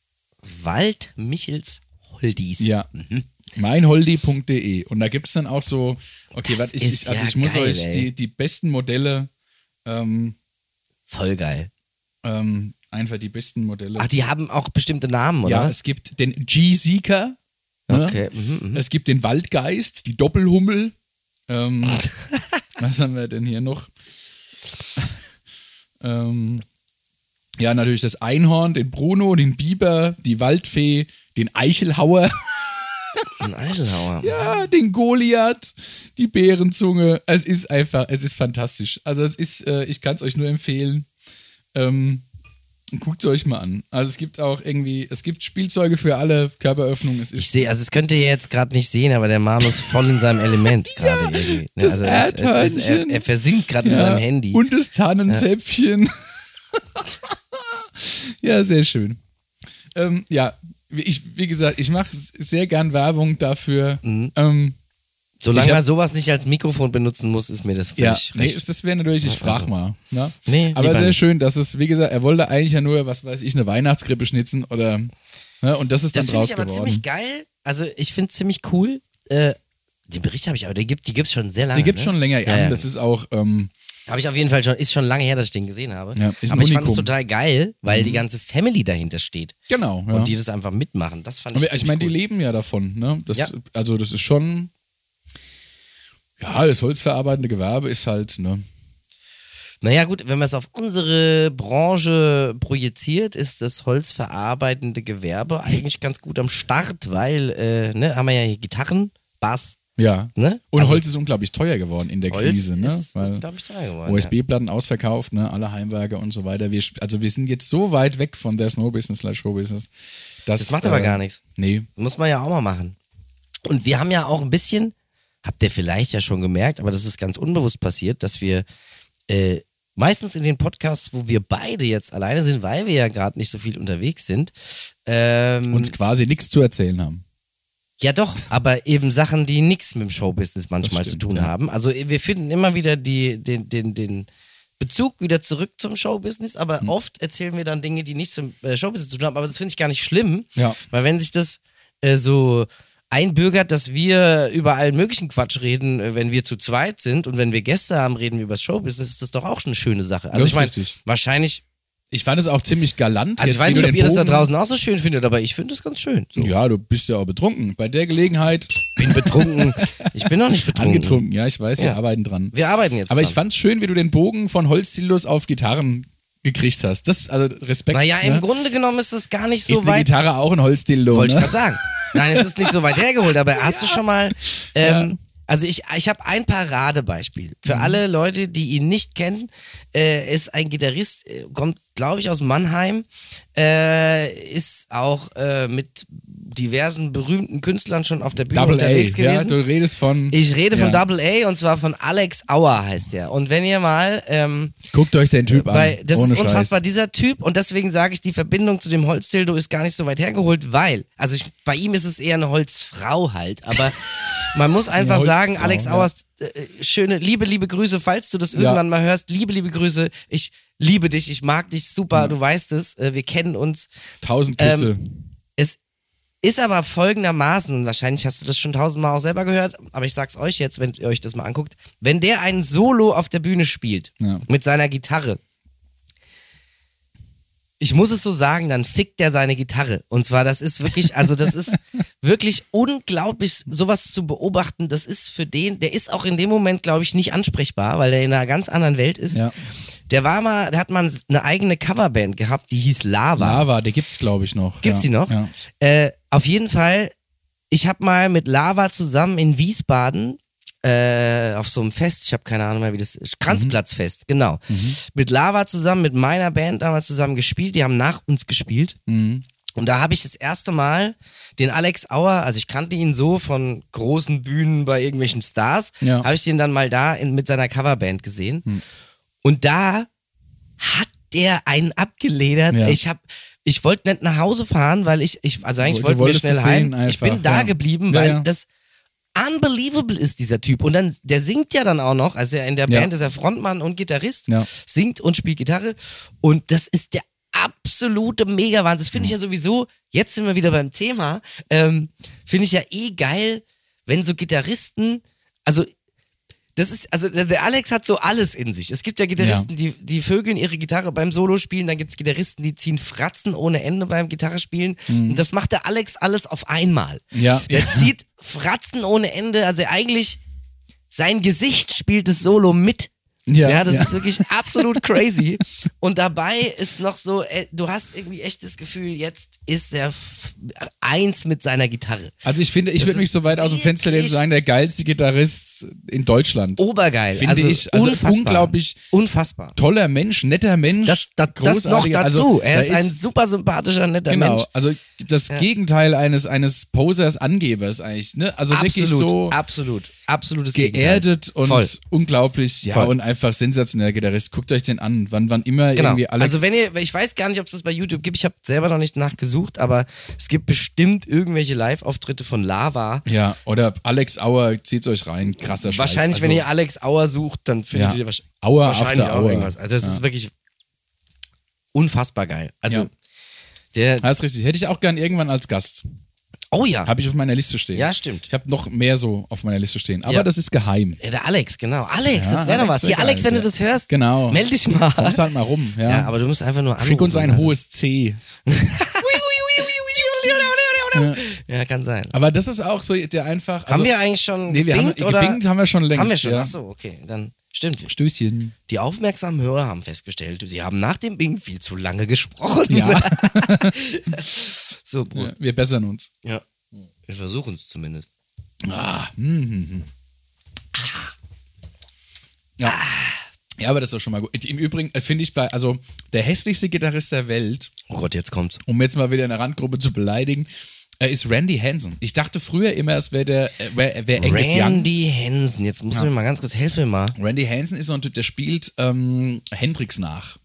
Wald Michels Holdies. Ja. Mhm. Meinholdi.de. Und da gibt es dann auch so, okay, Das warte, ich, ist ich, also ja ich muss geil, euch ey. die, die besten Modelle, ähm, Voll geil. ähm, einfach die besten Modelle. Ach, die haben auch bestimmte Namen, oder ja, was? es gibt den G-Seeker. Ne? Okay, mhm, mhm. Es gibt den Waldgeist, die Doppelhummel. Ähm, was haben wir denn hier noch? ähm, ja, natürlich das Einhorn, den Bruno, den Biber, die Waldfee, den Eichelhauer, Ein Eichelhauer. ja, den Goliath, die Bärenzunge. Es ist einfach, es ist fantastisch. Also es ist, äh, ich kann es euch nur empfehlen. Ähm, Guckt es euch mal an. Also es gibt auch irgendwie, es gibt Spielzeuge für alle Körperöffnungen. Es ist Ich sehe, also es könnt ihr jetzt gerade nicht sehen, aber der Manu ist voll in seinem Element gerade irgendwie. Ne, das also es, es, es, er, Erdhörnchen. er versinkt gerade in seinem Handy. Und das Tannenzäpfchen. Ja, sehr schön. Ähm, ja, wie- ich, wie gesagt, ich mache sehr gern Werbung dafür. Mhm. Ähm, Solange ich hab- man sowas nicht als Mikrofon benutzen muss, ist mir das ja, völlig nee, recht. also. ist, das wäre natürlich, ich frage mal. Ne? Nee, Aber lieber sehr nicht. schön, dass es, wie gesagt, er wollte eigentlich ja nur, was weiß ich, eine Weihnachtskrippe schnitzen oder. Ne? Und das ist Das dann finde draus ich aber geworden. ziemlich geil. Also ich finde es ziemlich cool. Äh, den Bericht habe ich, aber der gibt, die gibt es schon sehr lange. Die gibt es ne? schon länger, ja. Ja, ja. Das ist auch, ähm, Habe ich auf jeden Fall schon, ist schon lange her, dass ich den gesehen habe. Ja, ist ein Aber ich fand Unikum. es total geil, weil die ganze Family dahinter steht Genau. Ja. und die das einfach mitmachen. Das fand ich, Aber ziemlich ich meine, die cool. leben ja davon. Ne? Das, Ja. Also das ist schon. Ja, das holzverarbeitende Gewerbe ist halt, ne? Naja, gut, wenn man es auf unsere Branche projiziert, ist das holzverarbeitende Gewerbe eigentlich ganz gut am Start, weil, äh, ne, haben wir ja hier Gitarren, Bass, Ja. ne? Und Also, Holz ist unglaublich teuer geworden in der Holz Krise, ne? ist, Weil glaub ich, teuer geworden, USB-Platten ausverkauft, ne? Alle Heimwerker und so weiter. Wir, also wir sind jetzt so weit weg von There's No Business slash Show Business. Dass, äh, Das macht aber gar nichts. Nee. Muss man ja auch mal machen. Und wir haben ja auch ein bisschen, habt ihr vielleicht ja schon gemerkt, aber das ist ganz unbewusst passiert, dass wir äh, meistens in den Podcasts, wo wir beide jetzt alleine sind, weil wir ja gerade nicht so viel unterwegs sind, ähm, Uns quasi nichts zu erzählen haben. ja doch, aber eben Sachen, die nichts mit dem Showbusiness manchmal Das stimmt, zu tun ja. haben. Also eh, wir finden immer wieder die, den, den, den Bezug wieder zurück zum Showbusiness, aber Hm. oft erzählen wir dann Dinge, die nichts mit dem äh, Showbusiness zu tun haben. Aber das finde ich gar nicht schlimm, Ja. weil wenn sich das äh, so einbürgert, dass wir über allen möglichen Quatsch reden, äh, wenn wir zu zweit sind und wenn wir Gäste haben, reden wir über das Showbusiness, ist das doch auch schon eine schöne Sache. Also Das ich meine, ist richtig. wahrscheinlich, Ich fand es auch ziemlich galant. also jetzt, ich weiß wie du nicht, ob den ihr das da Bogen- draußen auch so schön findet, aber ich finde es ganz schön. So. Ja, du bist ja auch betrunken. Bei der Gelegenheit Bin betrunken. ich bin noch nicht betrunken. angetrunken. Ja, ich weiß, wir Ja. arbeiten dran. Wir arbeiten jetzt. Aber dran. ich fand's schön, wie du den Bogen von Holzsilos auf Gitarren gekriegt hast. Das, also Respekt. Naja, im ne? Grunde genommen ist es gar nicht so ist eine weit. Gitarre auch ein Holzdildo, Wollte ich ne? gerade sagen. Nein, es ist nicht so weit hergeholt, aber hast du schon mal. Ähm, Also ich, ich habe ein Paradebeispiel. Für alle Leute, die ihn nicht kennen, äh, ist ein Gitarrist, äh, kommt, glaube ich, aus Mannheim, äh, ist auch äh, mit diversen berühmten Künstlern schon auf der Bühne Double A. unterwegs Ja, gewesen. du redest von. ich rede ja. von Double A und zwar von Alex Auer heißt er. Und wenn ihr mal ähm, Guckt euch den Typ Bei, an. das Ohne ist unfassbar, Scheiß. dieser Typ, und deswegen sage ich, die Verbindung zu dem Holzdildo ist gar nicht so weit hergeholt, weil, also ich, bei ihm ist es eher eine Holzfrau halt, aber man muss einfach Eine sagen, Holzfrau, Alex ja. Auers, äh, schöne, liebe, liebe Grüße, falls du das irgendwann mal hörst, liebe, liebe Grüße, ich liebe dich, ich mag dich, super, du weißt es, äh, wir kennen uns. Tausend Ähm, Küsse. Es ist aber folgendermaßen, wahrscheinlich hast du das schon tausendmal auch selber gehört, aber ich sag's euch jetzt, wenn ihr euch das mal anguckt, wenn der ein Solo auf der Bühne spielt Ja. mit seiner Gitarre, ich muss es so sagen, dann fickt der seine Gitarre. Und zwar, das ist wirklich, also das ist wirklich unglaublich, sowas zu beobachten. Das ist für den, der ist auch in dem Moment, glaube ich, nicht ansprechbar, weil er in einer ganz anderen Welt ist. ja. Der war mal, der hat mal eine eigene Coverband gehabt, die hieß Lava. Lava, der gibt's, glaube ich, noch. Gibt's ja. die noch? Ja. Äh, auf jeden Fall, ich habe mal mit Lava zusammen in Wiesbaden äh, auf so einem Fest, ich habe keine Ahnung mehr, wie das ist, Kranzplatzfest, genau. Mit Lava zusammen, mit meiner Band damals zusammen gespielt, die haben nach uns gespielt. Und da habe ich das erste Mal den Alex Auer, also ich kannte ihn so von großen Bühnen bei irgendwelchen Stars, Ja. habe ich den dann mal da in, mit seiner Coverband gesehen. Und da hat der einen abgeledert. Ja. Ich hab, ich wollte nicht nach Hause fahren, weil ich, ich also eigentlich Du wollten wir wolltest schnell es heim. sehen einfach, ich bin da ja. geblieben, Ja, weil ja. das unbelievable ist, dieser Typ. Und dann, der singt ja dann auch noch, also er in der Ja. Band ist er Frontmann und Gitarrist, Ja. singt und spielt Gitarre. Und das ist der absolute Mega-Wahnsinn. Das finde ich ja sowieso, jetzt sind wir wieder beim Thema, ähm, finde ich ja eh geil, wenn so Gitarristen, also das ist, also der, der Alex hat so alles in sich. Es gibt ja Gitarristen, die, die vögeln ihre Gitarre beim Solo spielen, dann gibt es Gitarristen, die ziehen Fratzen ohne Ende beim Gitarrespielen. Und das macht der Alex alles auf einmal. Mhm. Ja. Der Ja. zieht Fratzen ohne Ende, also eigentlich sein Gesicht spielt das Solo mit. Ja, Ja, das ja. ist wirklich absolut crazy. Und dabei ist noch so, äh, du hast irgendwie echt das Gefühl, jetzt ist er f- eins mit seiner Gitarre. Also ich finde, ich Das würde mich ist so weit aus dem Fenster lehnen und wirklich- sagen, der geilste Gitarrist in Deutschland. Obergeil. Finde also, ich, also unfassbar. unglaublich- Unfassbar. Toller Mensch, netter Mensch. Das, das, das noch dazu. großartiger- Also, er da ist, ein super sympathischer, netter Genau, Mensch. also das Gegenteil eines, eines Posers, Angebers eigentlich. Ne? Also wirklich Absolut, so absolut, absolutes geerdet Gegenteil. und Voll. unglaublich, ja, Voll. und einfach sensationeller Gitarrist. Guckt euch den an, wann, wann immer Genau. irgendwie alles. Also wenn ihr, ich weiß gar nicht, ob es das bei YouTube gibt, ich habe selber noch nicht nachgesucht, aber es gibt bestimmt irgendwelche Live-Auftritte von Lava. ja, oder Alex Auer, zieht's euch rein, krasser Scheiß. Wahrscheinlich, also, wenn ihr Alex Auer sucht, dann findet Ja. ihr wahrscheinlich, Auer wahrscheinlich after auch Auer. irgendwas. Also das ist wirklich unfassbar geil. Also Ja. der, Das ist richtig. Hätte ich auch gern irgendwann als Gast. Oh ja. Habe ich auf meiner Liste stehen. Ja, stimmt. Ich habe noch mehr so auf meiner Liste stehen. Aber Ja. das ist geheim. Ja, der Alex, genau. Alex, Ja, das wäre doch Alex was. Hier, Wegel, Alex, wenn du Alter. das hörst, Genau. meld dich mal. Kommst halt mal rum. Ja. Ja, aber du musst einfach nur anrufen. Schick uns ein also. hohes C. Ja, kann sein. Aber das ist auch so der einfach. haben also- wir eigentlich schon Nee, wir haben- gebingt, oder? gebingt haben wir schon längst, Haben wir schon, ja. achso, okay. Dann stimmt. Stößchen. Die aufmerksamen Hörer haben festgestellt, sie haben nach dem Bing viel zu lange gesprochen. Ja. so, Brust. Wir bessern uns. Ja. Wir versuchen es zumindest. Ah. mhm. Ja. ja, aber das ist doch schon mal gut. Im Übrigen äh, finde ich, bei, also der hässlichste Gitarrist der Welt, Oh Gott, jetzt kommt's. um jetzt mal wieder eine Randgruppe zu beleidigen, äh, ist Randy Hansen. Ich dachte früher immer, es wäre der, äh, wär, wär Angus Young. Randy Hansen, jetzt musst du mir mal ganz kurz helfen mal. Randy Hansen ist so ein Typ, der spielt ähm, Hendrix nach.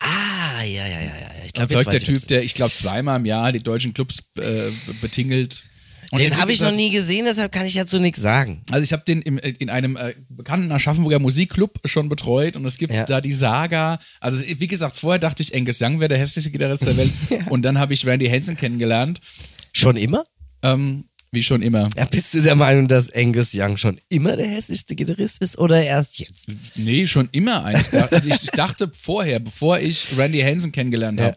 Ah, ja, ja, ja, ja. Ich Da glaube, jetzt weiß folgt der ich, Typ, was- der, ich glaube, zweimal im Jahr die deutschen Clubs äh, betingelt. Und Den er- habe ich noch nie gesehen, deshalb kann ich dazu nichts sagen. halt- Also ich habe den im, äh, in einem äh, bekannten Aschaffenburger Musikclub schon betreut und es gibt Ja. da die Saga. Also wie gesagt, vorher dachte ich, Angus Young wäre der hässlichste Gitarrist der Welt und dann habe ich Randy Hansen kennengelernt, Schon immer? ähm, wie schon immer. Ja, bist du der Meinung, dass Angus Young schon immer der hässlichste Gitarrist ist oder erst jetzt? Nee, schon immer eigentlich. Da- also Ich, ich dachte vorher, bevor ich Randy Hansen kennengelernt habe.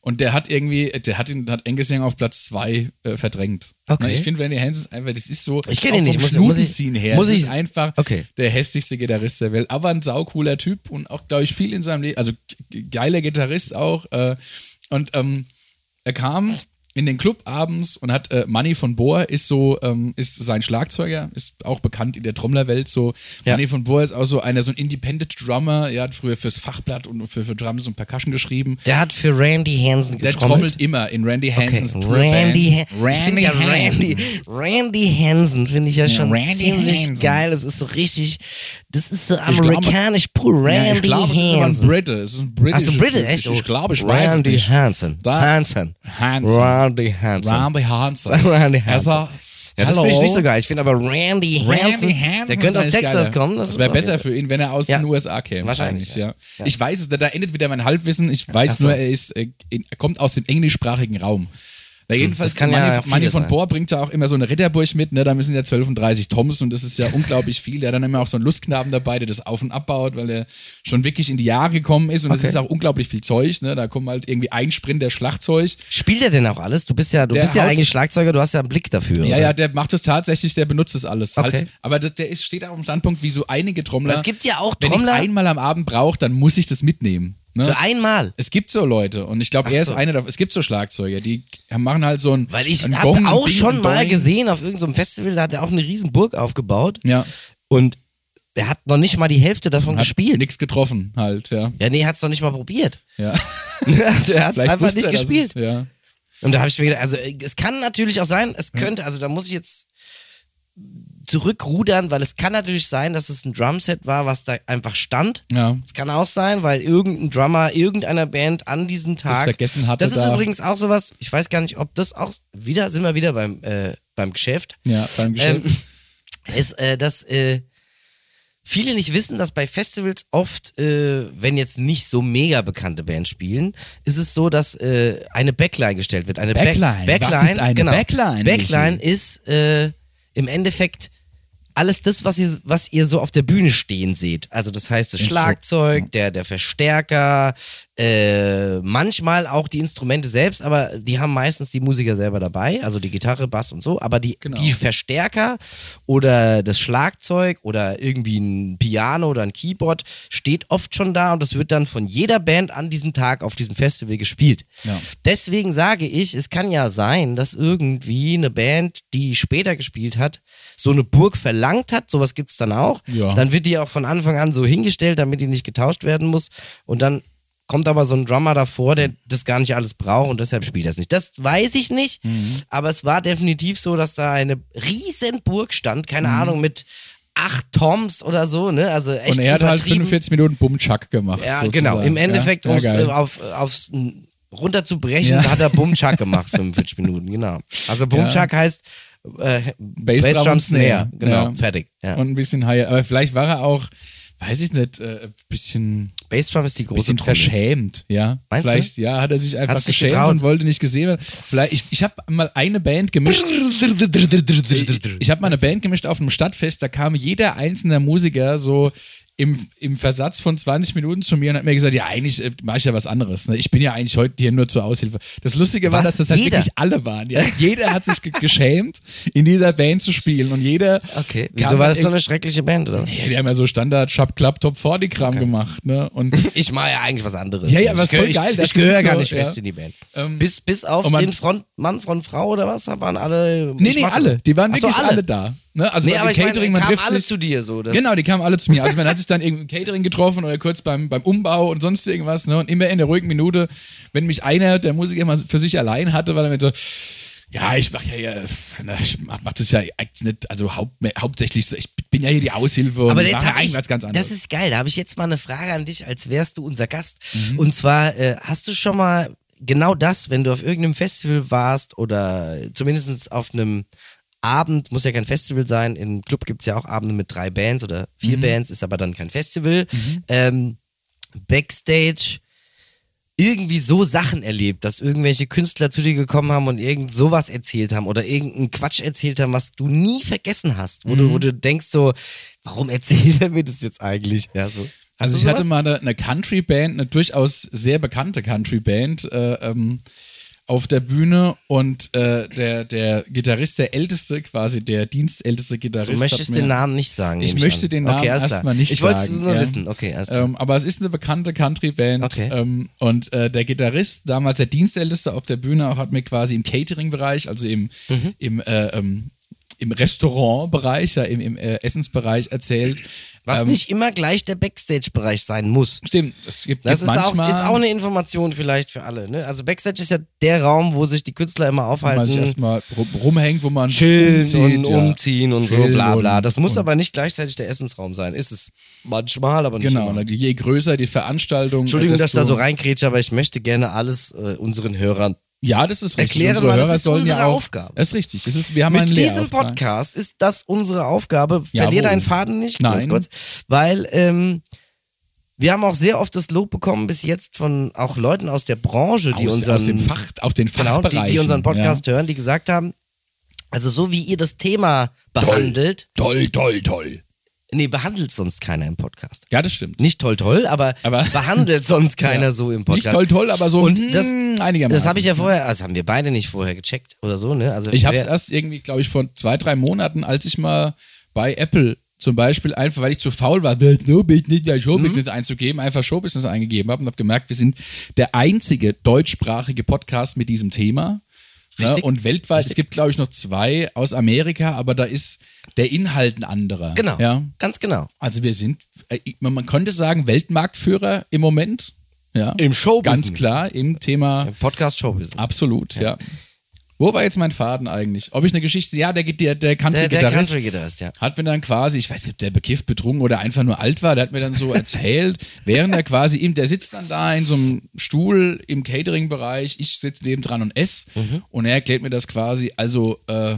Und der hat irgendwie, der hat ihn, hat Angus Young auf Platz 2 äh, verdrängt. Okay. Na, Ich finde Randy Hansen ist einfach, das ist so, Ich kenn ihn auch nicht, vom muss- muss ich- Schnutenziehen her. muss das ich- ist einfach okay. der hässlichste Gitarrist der Welt. Aber ein saucooler Typ und auch, glaube ich, viel in seinem Leben, also ge- geiler Gitarrist auch. Äh, und ähm, er kam in den Club abends und hat äh, Manny von Bohr ist so ähm, ist sein Schlagzeuger ist auch bekannt in der Trommlerwelt so Ja. Manny von Bohr ist auch so einer so ein Independent Drummer er hat früher fürs Fachblatt und für, für Drums und Percussion geschrieben Der hat für Randy Hansen der getrommelt. trommelt immer in Randy Hansons okay. Tourband. Randy, Han- ich find Randy ja Hansen. Randy, Randy Hansen finde ich ja schon Randy ziemlich Hansen. geil. Das ist so richtig, das ist so glaube- amerikanisch pur. ja, ich Randy glaube es ist aber ein Hansen. Brite es ist ein British Hast du Brite, echt? Oh, ich, ich glaube ich weiß Randy es nicht Hansen. Da- Hansen. Hansen. Randy Hansen. Randy Hansen Er Randy Also, Hansen. Ja, das finde ich nicht so geil. Ich finde aber Randy Hansen, Randy Hansen. der könnte ist aus eigentlich Texas geiler. kommen. Das, Das ist wäre auf besser jeden für ihn, wenn er aus Ja. den USA käme. Wahrscheinlich, Wahrscheinlich, ja. ja. Ich weiß es, da, da endet wieder mein Halbwissen. Ich weiß so. nur, er, ist, äh, in, er kommt aus dem englischsprachigen Raum. Na, jedenfalls, das kann ja Manni, vieles Manni von sein. Bohr bringt ja auch immer so eine Ritterburg mit, ne? da müssen ja 12 und 30 Toms und das ist ja unglaublich viel. Der hat dann immer auch so einen Lustknaben dabei, der das auf- und abbaut, weil er schon wirklich in die Jahre gekommen ist und es Okay. ist auch unglaublich viel Zeug. Ne? Da kommen halt irgendwie ein Sprint der Schlagzeug. Spielt er denn auch alles? Du bist ja, du Der bist ja haut- eigentlich Schlagzeuger, du hast ja einen Blick dafür. Ja, oder? ja, der macht es tatsächlich, der benutzt es alles. Okay. Halt, aber das, der ist, steht auch im Standpunkt, wie so einige Trommler. Es gibt ja auch Wenn ich Trommler- einmal am Abend brauche, dann muss ich das mitnehmen. Ne? Für einmal. Es gibt so Leute und ich glaube, Ach er ist so. einer davon. Es gibt so Schlagzeuger, die machen halt so ein. Weil ich ein habe Gong, ein auch Ding, schon ein mal Boing. gesehen auf irgendeinem Festival, da hat er auch eine riesen Burg aufgebaut. Ja. Und er hat noch nicht mal die Hälfte davon Hat gespielt. Nix getroffen, halt, ja. Ja, nee, hat es noch nicht mal probiert. ja. also er hat es Vielleicht einfach wusste nicht er, dass es- gespielt. Ja. Und da habe ich mir gedacht, also äh, es kann natürlich auch sein, es könnte, also da muss ich jetzt zurückrudern, weil es kann natürlich sein, dass es ein Drumset war, was da einfach stand. Ja. Es kann auch sein, weil irgendein Drummer irgendeiner Band an diesem Tag vergessen hatte Das ist da. übrigens auch sowas. Ich weiß gar nicht, ob das auch wieder sind wir wieder beim äh, beim Geschäft. Ja, beim Geschäft. Ähm, ist, äh, dass äh, viele nicht wissen, dass bei Festivals oft, äh, wenn jetzt nicht so mega bekannte Bands spielen, ist es so, dass äh, eine Backline gestellt wird. Eine Back- Backline. Backline. Was ist eine genau. Backline, Backline ist äh, im Endeffekt alles das, was ihr, was ihr so auf der Bühne stehen seht. Also das heißt das Schlagzeug, der, der Verstärker, äh, manchmal auch die Instrumente selbst, aber die haben meistens die Musiker selber dabei, also die Gitarre, Bass und so, aber die, Genau. die Verstärker oder das Schlagzeug oder irgendwie ein Piano oder ein Keyboard steht oft schon da und das wird dann von jeder Band an diesem Tag auf diesem Festival gespielt. Ja. Deswegen sage ich, es kann ja sein, dass irgendwie eine Band, die später gespielt hat, so eine Burg verlangt hat, sowas gibt es dann auch. Ja. Dann wird die auch von Anfang an so hingestellt, damit die nicht getauscht werden muss. Und dann kommt aber so ein Drummer davor, der das gar nicht alles braucht und deshalb spielt er es nicht. Das weiß ich nicht, Mhm. aber es war definitiv so, dass da eine riesen Burg stand, keine Ahnung, mit acht Toms oder so, ne? Also echt Mhm. Und er hat halt übertrieben. 45 Minuten Bumchuck gemacht. Ja, sozusagen. genau. Im Ja, Endeffekt, ja, um es geil. auf, aufs m, runterzubrechen, Ja. hat er Bumchak gemacht, 45 Minuten, genau. Also Bumchak heißt äh, Bass, Bass Drum, Drum Snare, Snare. genau, Ja. fertig. Ja. und ein bisschen higher. Aber vielleicht war er auch, weiß ich nicht, äh, ein bisschen Bassdrum ist die große bisschen Trommel. verschämt, ja. Meinst du? Vielleicht, ja, hat er sich einfach Hat's nicht geschämt getraut? und wollte nicht gesehen werden. Vielleicht, ich, ich habe mal eine Band gemischt. Ich habe mal eine Band gemischt auf einem Stadtfest, da kam jeder einzelne Musiker so im, im Versatz von 20 Minuten zu mir und hat mir gesagt, ja, eigentlich mache ich ja was anderes. Ne? Ich bin ja eigentlich heute hier nur zur Aushilfe. Das Lustige war, Was? dass das halt Jeder? wirklich alle waren. Ja? Jeder hat sich ge geschämt, in dieser Band zu spielen und jeder Okay, kam wieso war mit das so eine schreckliche Band, oder? was? ja, die haben ja so Standard Shop Club Top 40 Kram gemacht, ne? Und Ich mache ja eigentlich was anderes. Ja, ja, aber ich ist voll gehöre- ich, geil, dass Ich gehöre das gar so- nicht ja. fest in die Band. Ähm, bis, bis auf und man- den Frontmann von Frau oder was, waren alle. nee, ich nee, mach- alle, die waren Ach so, wirklich alle. da, ne? Also Nee, beim aber ich meine, Catering, man kamen trifft alle sich. zu dir so. Das Genau, die kamen alle zu mir. Also man hat sich dann irgendwie im Catering getroffen oder kurz beim, beim Umbau und sonst irgendwas, ne? Und immer in der ruhigen Minute, wenn mich einer der Musiker mal für sich allein hatte, war dann mit so ja, ich mach ja, ja na, ich mach, mach das ja eigentlich nicht, also haupt, hauptsächlich so, ich bin ja hier die Aushilfe und Aber ich jetzt mache ja hab eigentlich ich, was ganz anderes. Das ist geil. Da habe ich jetzt mal eine Frage an dich, als wärst du unser Gast. Und zwar, äh, hast du schon mal genau das, wenn du auf irgendeinem Festival warst oder zumindest auf einem Abend, muss ja kein Festival sein, im Club gibt es ja auch Abende mit drei Bands oder vier Bands, ist aber dann kein Festival. Ähm, Backstage irgendwie so Sachen erlebt, dass irgendwelche Künstler zu dir gekommen haben und irgend sowas erzählt haben oder irgendeinen Quatsch erzählt haben, was du nie vergessen hast, wo, Mhm. du, wo du denkst so, warum erzählt er mir das jetzt eigentlich? Ja, so. Hast Also du ich hatte sowas? mal eine, eine Country-Band, eine durchaus sehr bekannte Country-Band äh, ähm, auf der Bühne und äh, der, der Gitarrist, der älteste quasi, der dienstälteste Gitarrist. Du möchtest hat mir- den Namen nicht sagen. Ich nehme möchte an. den Namen okay, alles klar. erstmal nicht ich sagen. wollte es nur ja. wissen. Okay, alles klar. ähm, aber es ist eine bekannte Country-Band Okay. ähm, und äh, der Gitarrist, damals der Dienstälteste auf der Bühne, auch hat mir quasi im Catering-Bereich, also im, Mhm. im, äh, ähm, im Restaurant-Bereich, ja, im, im äh, Essensbereich erzählt. Was ähm, nicht immer gleich der Backstage-Bereich sein muss. Stimmt, es gibt, Das gibt ist auch, manchmal, ist auch eine Information vielleicht für alle. Ne? Also Backstage ist ja der Raum, wo sich die Künstler immer wo man sich aufhalten. erstmal rum- rumhängt, wo man sich chillen umzieht, und ja. umziehen und so, Chillen bla bla. und- Das muss und- aber nicht gleichzeitig der Essensraum sein. Ist es manchmal, aber nicht Genau, immer. und je größer die Veranstaltung. Entschuldigung, dass ich desto- da so reinkrätsche, aber ich möchte gerne alles äh, unseren Hörern. Ja, das ist richtig. Erklären Unsere mal, das Hörer ist sollen ja unsere auch, Aufgabe. Das ist richtig. Das ist, wir haben einen Mit diesem Lehrauftrag. Podcast ist das unsere Aufgabe. Jawohl. Verlier deinen Faden nicht, ganz Nein. kurz. Weil ähm, wir haben auch sehr oft das Lob bekommen bis jetzt von auch Leuten aus der Branche, die aus, unseren aus dem Fach, auf den genau, die, Fachbereichen. die unseren Podcast hören, die gesagt haben, also so wie ihr das Thema behandelt, Ja. Toll, toll, toll. nee, behandelt sonst keiner im Podcast. Ja, das stimmt. nicht toll toll, aber, Aber- behandelt sonst keiner Ja. so im Nicht Podcast. toll, toll, aber so Und mm, das, einigermaßen. das habe ich ja vorher, das haben wir beide nicht vorher gecheckt oder so, ne? Also Ich habe es wer- erst irgendwie, glaube ich, vor zwei, drei Monaten, als ich mal bei Apple zum Beispiel einfach, weil ich zu faul war, wird no Business, ja, Showbusiness Mhm. einzugeben, einfach Showbusiness eingegeben habe und habe gemerkt, wir sind der einzige deutschsprachige Podcast mit diesem Thema. Ne? Richtig. Und weltweit, es gibt, glaube ich, noch zwei aus Amerika, aber da ist der Inhalt ein anderer. genau, Ja? ganz genau. Also wir sind, äh, man, man könnte sagen, Weltmarktführer im Moment. Ja? Im Showbusiness. Ganz klar, im Thema Im Podcast Showbusiness. Absolut, ja. Wo war jetzt mein Faden eigentlich? Ob ich eine Geschichte, ja, der, der, der der der Country-Gitarrist Country Gitarrist, ja. hat mir dann quasi, ich weiß nicht, ob der bekifft, betrunken oder einfach nur alt war, der hat mir dann so erzählt, während er quasi ihm, der sitzt dann da in so einem Stuhl im Catering-Bereich, ich sitze nebendran und esse Mhm. und er erklärt mir das quasi, also äh,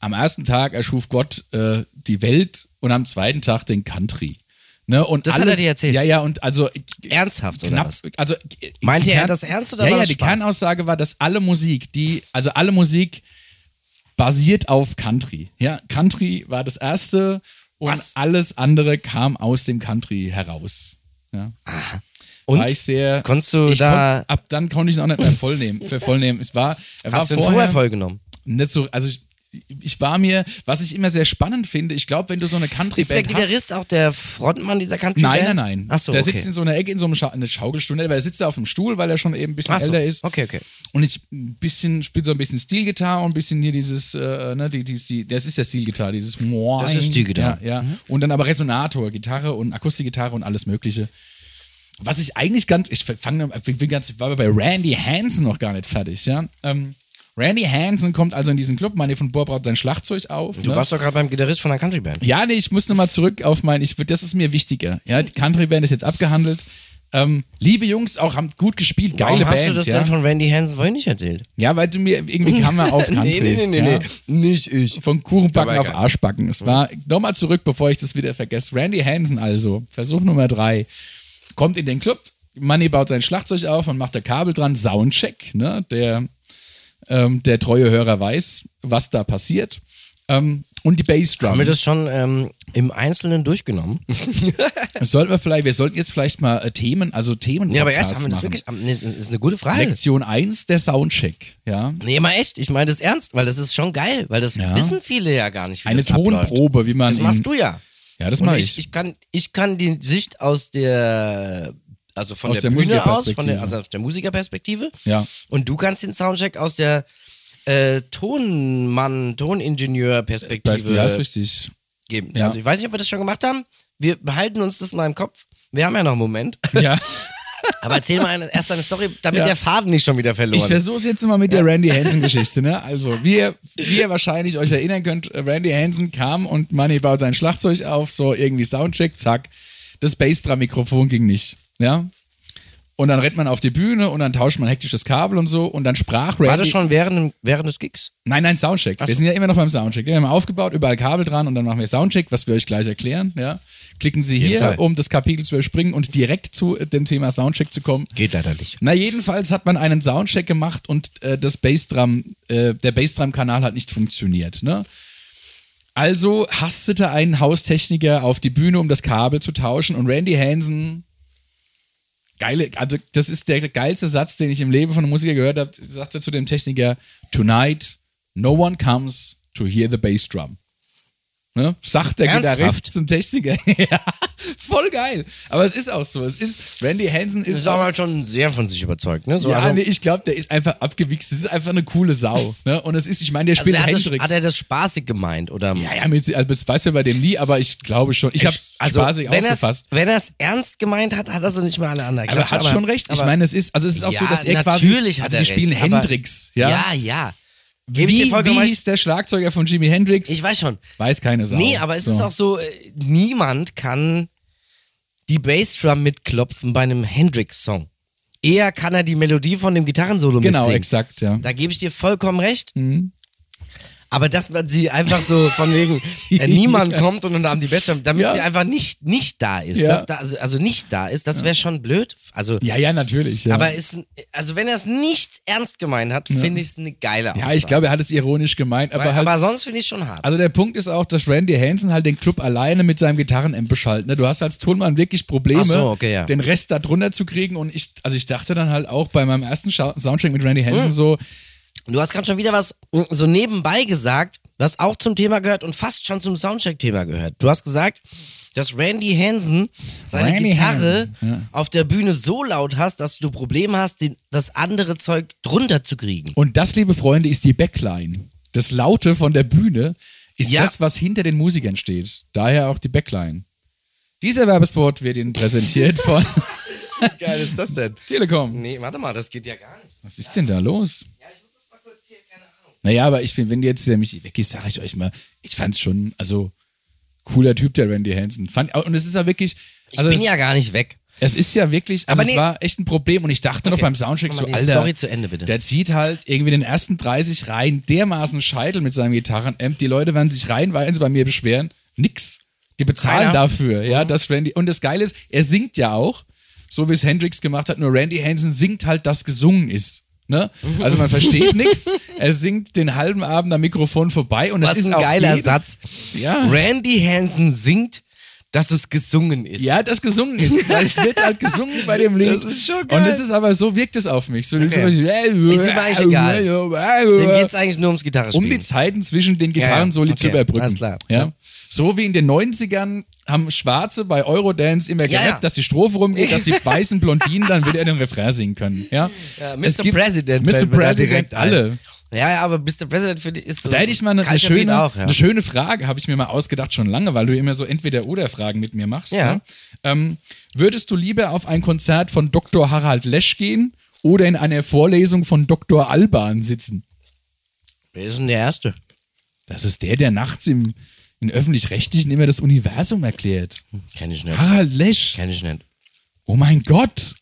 am ersten Tag erschuf Gott äh, die Welt und am zweiten Tag den Country. Ne? Und Das hat alles- er dir erzählt? Ja, ja, und also Ernsthaft oder knapp, was? also Meinte die er Kern- das ernst oder ja, war ja, das die Spaß? Kernaussage war, dass alle Musik, die also alle Musik basiert auf Country. Ja, Country war das erste und Was? alles andere kam aus dem Country heraus. Ja. Und war ich sehr konntest du ich da- konnt- ab dann konnte ich es auch nicht mehr voll nehmen, für voll nehmen. Es war er hast du war ihn vorher vollgenommen? nicht so also ich, ich war mir, was ich immer sehr spannend finde, ich glaube, wenn du so eine Country Ist der Band hast, Gitarrist auch der Frontmann dieser Country Nein, Band? nein, nein. Ach so, der okay. sitzt in so einer Ecke, in so einem Scha eine Schaukelstunde, aber er sitzt da auf dem Stuhl, weil er schon eben ein bisschen Ach so. älter ist. Okay, okay. Und ich ein bisschen, spielt so ein bisschen Stilgitarre und ein bisschen hier dieses, äh, ne, die, die, die, das ist der Stilgitarre, dieses Moin. Das ist Stilgitarre. Mhm. Ja, ja. Und dann aber Resonator, Gitarre und Akustikgitarre und alles Mögliche. Was ich eigentlich ganz, ich fange, ich bin ganz, ich war bei Randy Hansen noch gar nicht fertig, ja. Ähm, Randy Hansen kommt also in diesen Club, Manni von Bohr braucht sein Schlagzeug auf. Du ne? warst doch gerade beim Gitarrist von einer Country Band. Ja, nee, ich muss nochmal zurück auf mein, ich, das ist mir wichtiger. Ja, die Country Band ist jetzt abgehandelt. Ähm, liebe Jungs, auch haben gut gespielt, geile Warum hast Band. du das ja? denn von Randy Hansen vorhin nicht erzählt? ja, weil du mir irgendwie kam er auf Country. ja. Nicht ich. Von Kuchenbacken Dabei auf geil. Mhm. Arschbacken. Es war nochmal zurück, bevor ich das wieder vergesse. Randy Hansen also, Versuch Nummer drei. kommt in den Club, Manny baut sein Schlagzeug auf und macht da Kabel dran, Soundcheck, ne? Der, ähm, der treue Hörer weiß, was da passiert. Ähm, und die Bassdrum. Haben wir das schon ähm, im Einzelnen durchgenommen? Das sollten wir vielleicht, wir sollten jetzt vielleicht mal äh, Themen, also Themen Ja, aber erst Podcasts haben wir das machen. wirklich. am- nee, Das ist eine gute Frage. Lektion 1, der Soundcheck, ja. Nee, mal echt. Ich meine das ernst, weil das ist schon geil, weil das Ja. wissen viele ja gar nicht. Wie Eine das abläuft. Tonprobe, wie man Das machst in- du ja. Ja, das Und mache ich, ich. ich, kann, ich kann die Sicht aus der, also von Aus der, der Bühne aus, von Musikerperspektive. der, also aus der Musikerperspektive. Ja. Und du kannst den Soundcheck aus der äh, Tonmann, Beispiel, ja, ist Toningenieur-Perspektive richtig. geben. ja. Also ich weiß nicht, ob wir das schon gemacht haben. Wir behalten uns das mal im Kopf. Wir haben ja noch einen Moment. Ja. Aber erzähl mal eine, erst eine Story, damit Ja. der Faden nicht schon wieder Ich verloren ist. versuche es jetzt mal mit der Randy Hansen-Geschichte. Ne? Also, wie ihr, wie ihr wahrscheinlich euch erinnern könnt, äh, Randy Hansen kam und Manny baut sein Schlagzeug auf, so irgendwie Soundcheck, zack. Das Bassdrum-Mikrofon ging nicht. Ja? Und dann rennt man auf die Bühne und dann tauscht man hektisch das Kabel und so und dann sprach Randy. War das schon während, während des Gigs? Nein, nein, Soundcheck. Wir sind ja immer noch beim Soundcheck. Wir haben aufgebaut, überall Kabel dran und dann machen wir Soundcheck, was wir euch gleich erklären. Ja? Klicken Sie hier, Fall. um das Kapitel zu überspringen und direkt zu äh, dem Thema Soundcheck zu kommen. Geht leider nicht. Na, jedenfalls hat man einen Soundcheck gemacht und äh, das Bassdrum, äh, der Bassdrum-Kanal hat nicht funktioniert. Ne? Also hastete ein Haustechniker auf die Bühne, um das Kabel zu tauschen und Randy Hansen. Geile, also das ist der geilste Satz, den ich im Leben von einem Musiker gehört habe. Sagte zu dem Techniker: Tonight, no one comes to hear the bass drum. Ne? Sagt der Ernsthaft? Gitarrist zum Techniker. ja, voll geil. Aber es ist auch so. Es ist, Randy Hansen ist. Das ist auch- auch mal schon sehr von sich überzeugt, ne? So, ja, also, nee, ich glaube, der ist einfach abgewichst. Das ist einfach eine coole Sau. Ne? Und es ist, ich meine, der also spielt der hat, das, Hendrix. hat er das spaßig gemeint, oder? ja, ja, mit, also das weiß wir bei dem nie, aber ich glaube schon. Ich habe also, spaßig wenn er's- aufgefasst. Wenn er es ernst gemeint hat, hat er es nicht mal alle anderen Aber er hat schon recht. Ich meine, es ist, also es ist auch so, dass er quasi. Natürlich hat also er die spielen recht, aber- Hendrix. Ja, Ja, ja. Gebe ich wie dir vollkommen wie recht. hieß Genau, der Schlagzeuger von Jimi Hendrix? Ich weiß schon. weiß keine Sau. Nee, aber es ist auch so, äh, niemand kann die Bassdrum mitklopfen bei einem Hendrix-Song. Eher kann er die Melodie von dem Gitarrensolo Genau, mitsingen. exakt, ja. Da gebe ich dir vollkommen recht. Mhm. Aber dass man sie einfach so von wegen, äh, niemand kommt und dann haben die Bassdrum, damit Ja. sie einfach nicht, nicht da ist. Ja. dass Da, also, also nicht da ist, das wäre schon blöd. Also, Ja, ja, natürlich. Ja. aber ist, also wenn er es nicht ernst gemeint hat, finde ich es eine geile Aussage. ja, ich glaube, er hat es ironisch gemeint, aber Weil, halt. aber sonst finde ich es schon hart. Also der Punkt ist auch, dass Randy Hansen halt den Club alleine mit seinem Gitarrenamp beschaltet. Ne? Du hast als Tonmann wirklich Probleme, Ach so, okay, ja. den Rest da drunter zu kriegen. Und ich, also ich dachte dann halt auch bei meinem ersten Schau- Soundcheck mit Randy Hm. Hansen so, Du hast gerade schon wieder was mm, so nebenbei gesagt, was auch zum Thema gehört und fast schon zum Soundcheck-Thema gehört. Du hast gesagt, dass Randy Hansen seine Randy Gitarre Hansen, ja. auf der Bühne so laut hast, dass du Probleme hast, den, das andere Zeug drunter zu kriegen. und das, liebe Freunde, ist die Backline. Das Laute von der Bühne ist Ja. das, was hinter den Musikern steht. Daher auch die Backline. Dieser Werbespot wird Ihnen präsentiert von Wie geil ist das denn? Telekom. Nee, warte mal, das geht ja gar nicht. Was ist denn da los? Ja, ich muss das mal kurz hier, keine Ahnung. Naja, aber ich finde, wenn jetzt der Michi weg ist, sage ich euch mal, ich fand's schon, also cooler Typ, der Randy Hansen. Fand, und es ist ja wirklich, Ich also bin es, ja gar nicht weg. es ist ja wirklich, also Aber es nee. war echt ein Problem und ich dachte noch Okay, beim Soundcheck mach so, mal die Alter, Story zu Ende, bitte. der zieht halt irgendwie den ersten 30 rein, dermaßen Scheitel mit seinem Gitarrenamp, die Leute werden sich reinweise bei mir beschweren, nix. Die bezahlen Keiner. Mhm. dafür, ja, dass Randy, und das Geile ist, er singt ja auch, so wie es Hendrix gemacht hat, nur Randy Hansen singt halt, dass gesungen ist. Ne? Also man versteht nichts. Er singt den halben Abend am Mikrofon vorbei und das Was ist ein auch geiler jedem- Satz. Ja. Randy Hansen singt, dass es gesungen ist. Ja, das gesungen ist. Weil es wird halt gesungen bei dem Lied. Das ist schon geil. Und es ist aber so, wirkt es auf mich. So, äh, Okay. Ist ihm eigentlich egal. Dem geht es eigentlich nur ums Gitarre um die spielen. Zeiten zwischen den Gitarrensoli Ja, ja. zu Okay, überbrücken. alles klar. Ja? So wie in den 90ern haben Schwarze bei Eurodance immer Ja, gerappt, ja. dass die Strophe rumgeht, dass die weißen Blondinen dann wieder den Refrain singen können. Ja? Ja, Es Mr. gibt- President. Mr. fällt mir da President, direkt ein. alle. Ja, ja, aber Mr. President finde ich ist so. Da hätte ich mal eine, eine, kalter Beat schöne, Auch, ja. eine schöne Frage, habe ich mir mal ausgedacht schon lange, weil du immer so Entweder-Oder-Fragen mit mir machst. Ja. Ne? Ähm, würdest du lieber auf ein Konzert von Dr. Harald Lesch gehen oder in einer Vorlesung von Dr. Alban sitzen? Wer ist denn der Erste? Das ist der, der nachts im, in Öffentlich-Rechtlichen immer das Universum erklärt. Kenn ich nicht. Harald Lesch. Kenn ich nicht. Oh mein Gott.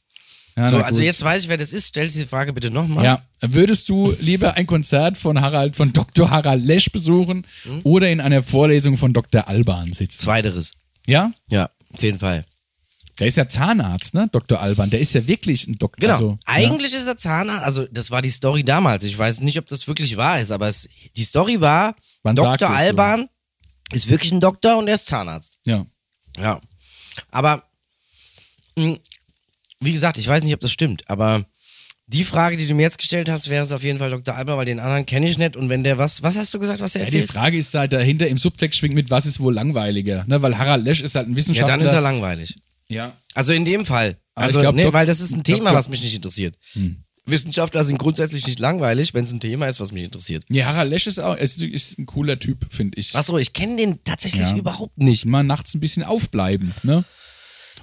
Ja, So, na also gut. jetzt weiß ich, wer das ist. Stell diese Frage bitte nochmal. Ja, würdest du lieber ein Konzert von Harald, von Dr. Harald Lesch besuchen Hm? oder in einer Vorlesung von Dr. Alban sitzen? Zweiteres. Ja? Ja, auf jeden Fall. Der ist ja Zahnarzt, ne? Dr. Alban. Der ist ja wirklich ein Doktor. Genau. Also, Eigentlich ist er Zahnarzt, also das war die Story damals. Ich weiß nicht, ob das wirklich wahr ist, aber es, die Story war, Man sagt es Dr. so. Alban ist wirklich ein Doktor und er ist Zahnarzt. ja. ja. Ja. Aber mh, wie gesagt, ich weiß nicht, ob das stimmt, aber die Frage, die du mir jetzt gestellt hast, wäre es auf jeden Fall Dr. Alban, weil den anderen kenne ich nicht und wenn der was, was hast du gesagt, was er Ja, die erzählt? Frage ist halt dahinter im Subtext schwingt mit, was ist wohl langweiliger? Ne, weil Harald Lesch ist halt ein Ja, Wissenschaftler. dann ist er langweilig. Ja. Also in dem Fall. Aber Also, ich glaub, nee, Dok- weil das ist ein Thema, Dok- Hm. was mich nicht interessiert. Wissenschaftler sind grundsätzlich nicht langweilig, wenn es ein Thema ist, was mich interessiert. Nee, Harald Lesch ist auch ist, ist ein cooler Typ, finde ich. Achso, ich kenne den tatsächlich Ja. überhaupt nicht. Mal nachts ein bisschen aufbleiben, ne?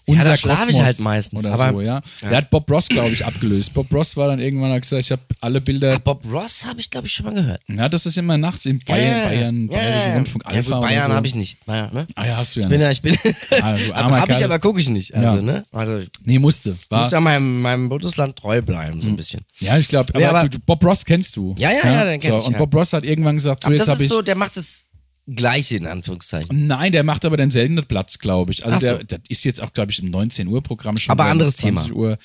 da schlaf ich halt meistens, Oder aber- so, ja. Der hat Bob Ross, glaube ich, abgelöst. Bob Ross war dann irgendwann, hat gesagt, ich habe alle Bilder. Bob Ross habe ich, glaube ich, schon mal gehört. Ja, das ist immer nachts in Bayern, Bayern, Bayerischen Rundfunk, Alpha. Ja, gut, Bayern oder so. habe ich nicht. Bayern, ne? Ah ja, hast du ja. Ich bin ne? ja, ich bin. du also armer habe ich, Kerl. aber gucke ich nicht. Also, Ja. ne? Also, ich Nee, musste. War, muss ja meinem, meinem Bundesland treu bleiben, so ein bisschen. ja, ich glaube, aber, Nee, aber- du, du, Bob Ross kennst du. Ja, ja, ja, den kenn so, ich, Und ja. Bob Ross hat irgendwann gesagt, so, Aber jetzt das habe ist ich... so, der macht das Gleiche in Anführungszeichen. Nein, der macht aber denselben Platz, glaube ich. Also Ach so. der, das ist jetzt auch, glaube ich, im 19 Uhr Programm schon. Aber oder anderes 20 Thema. Uhr.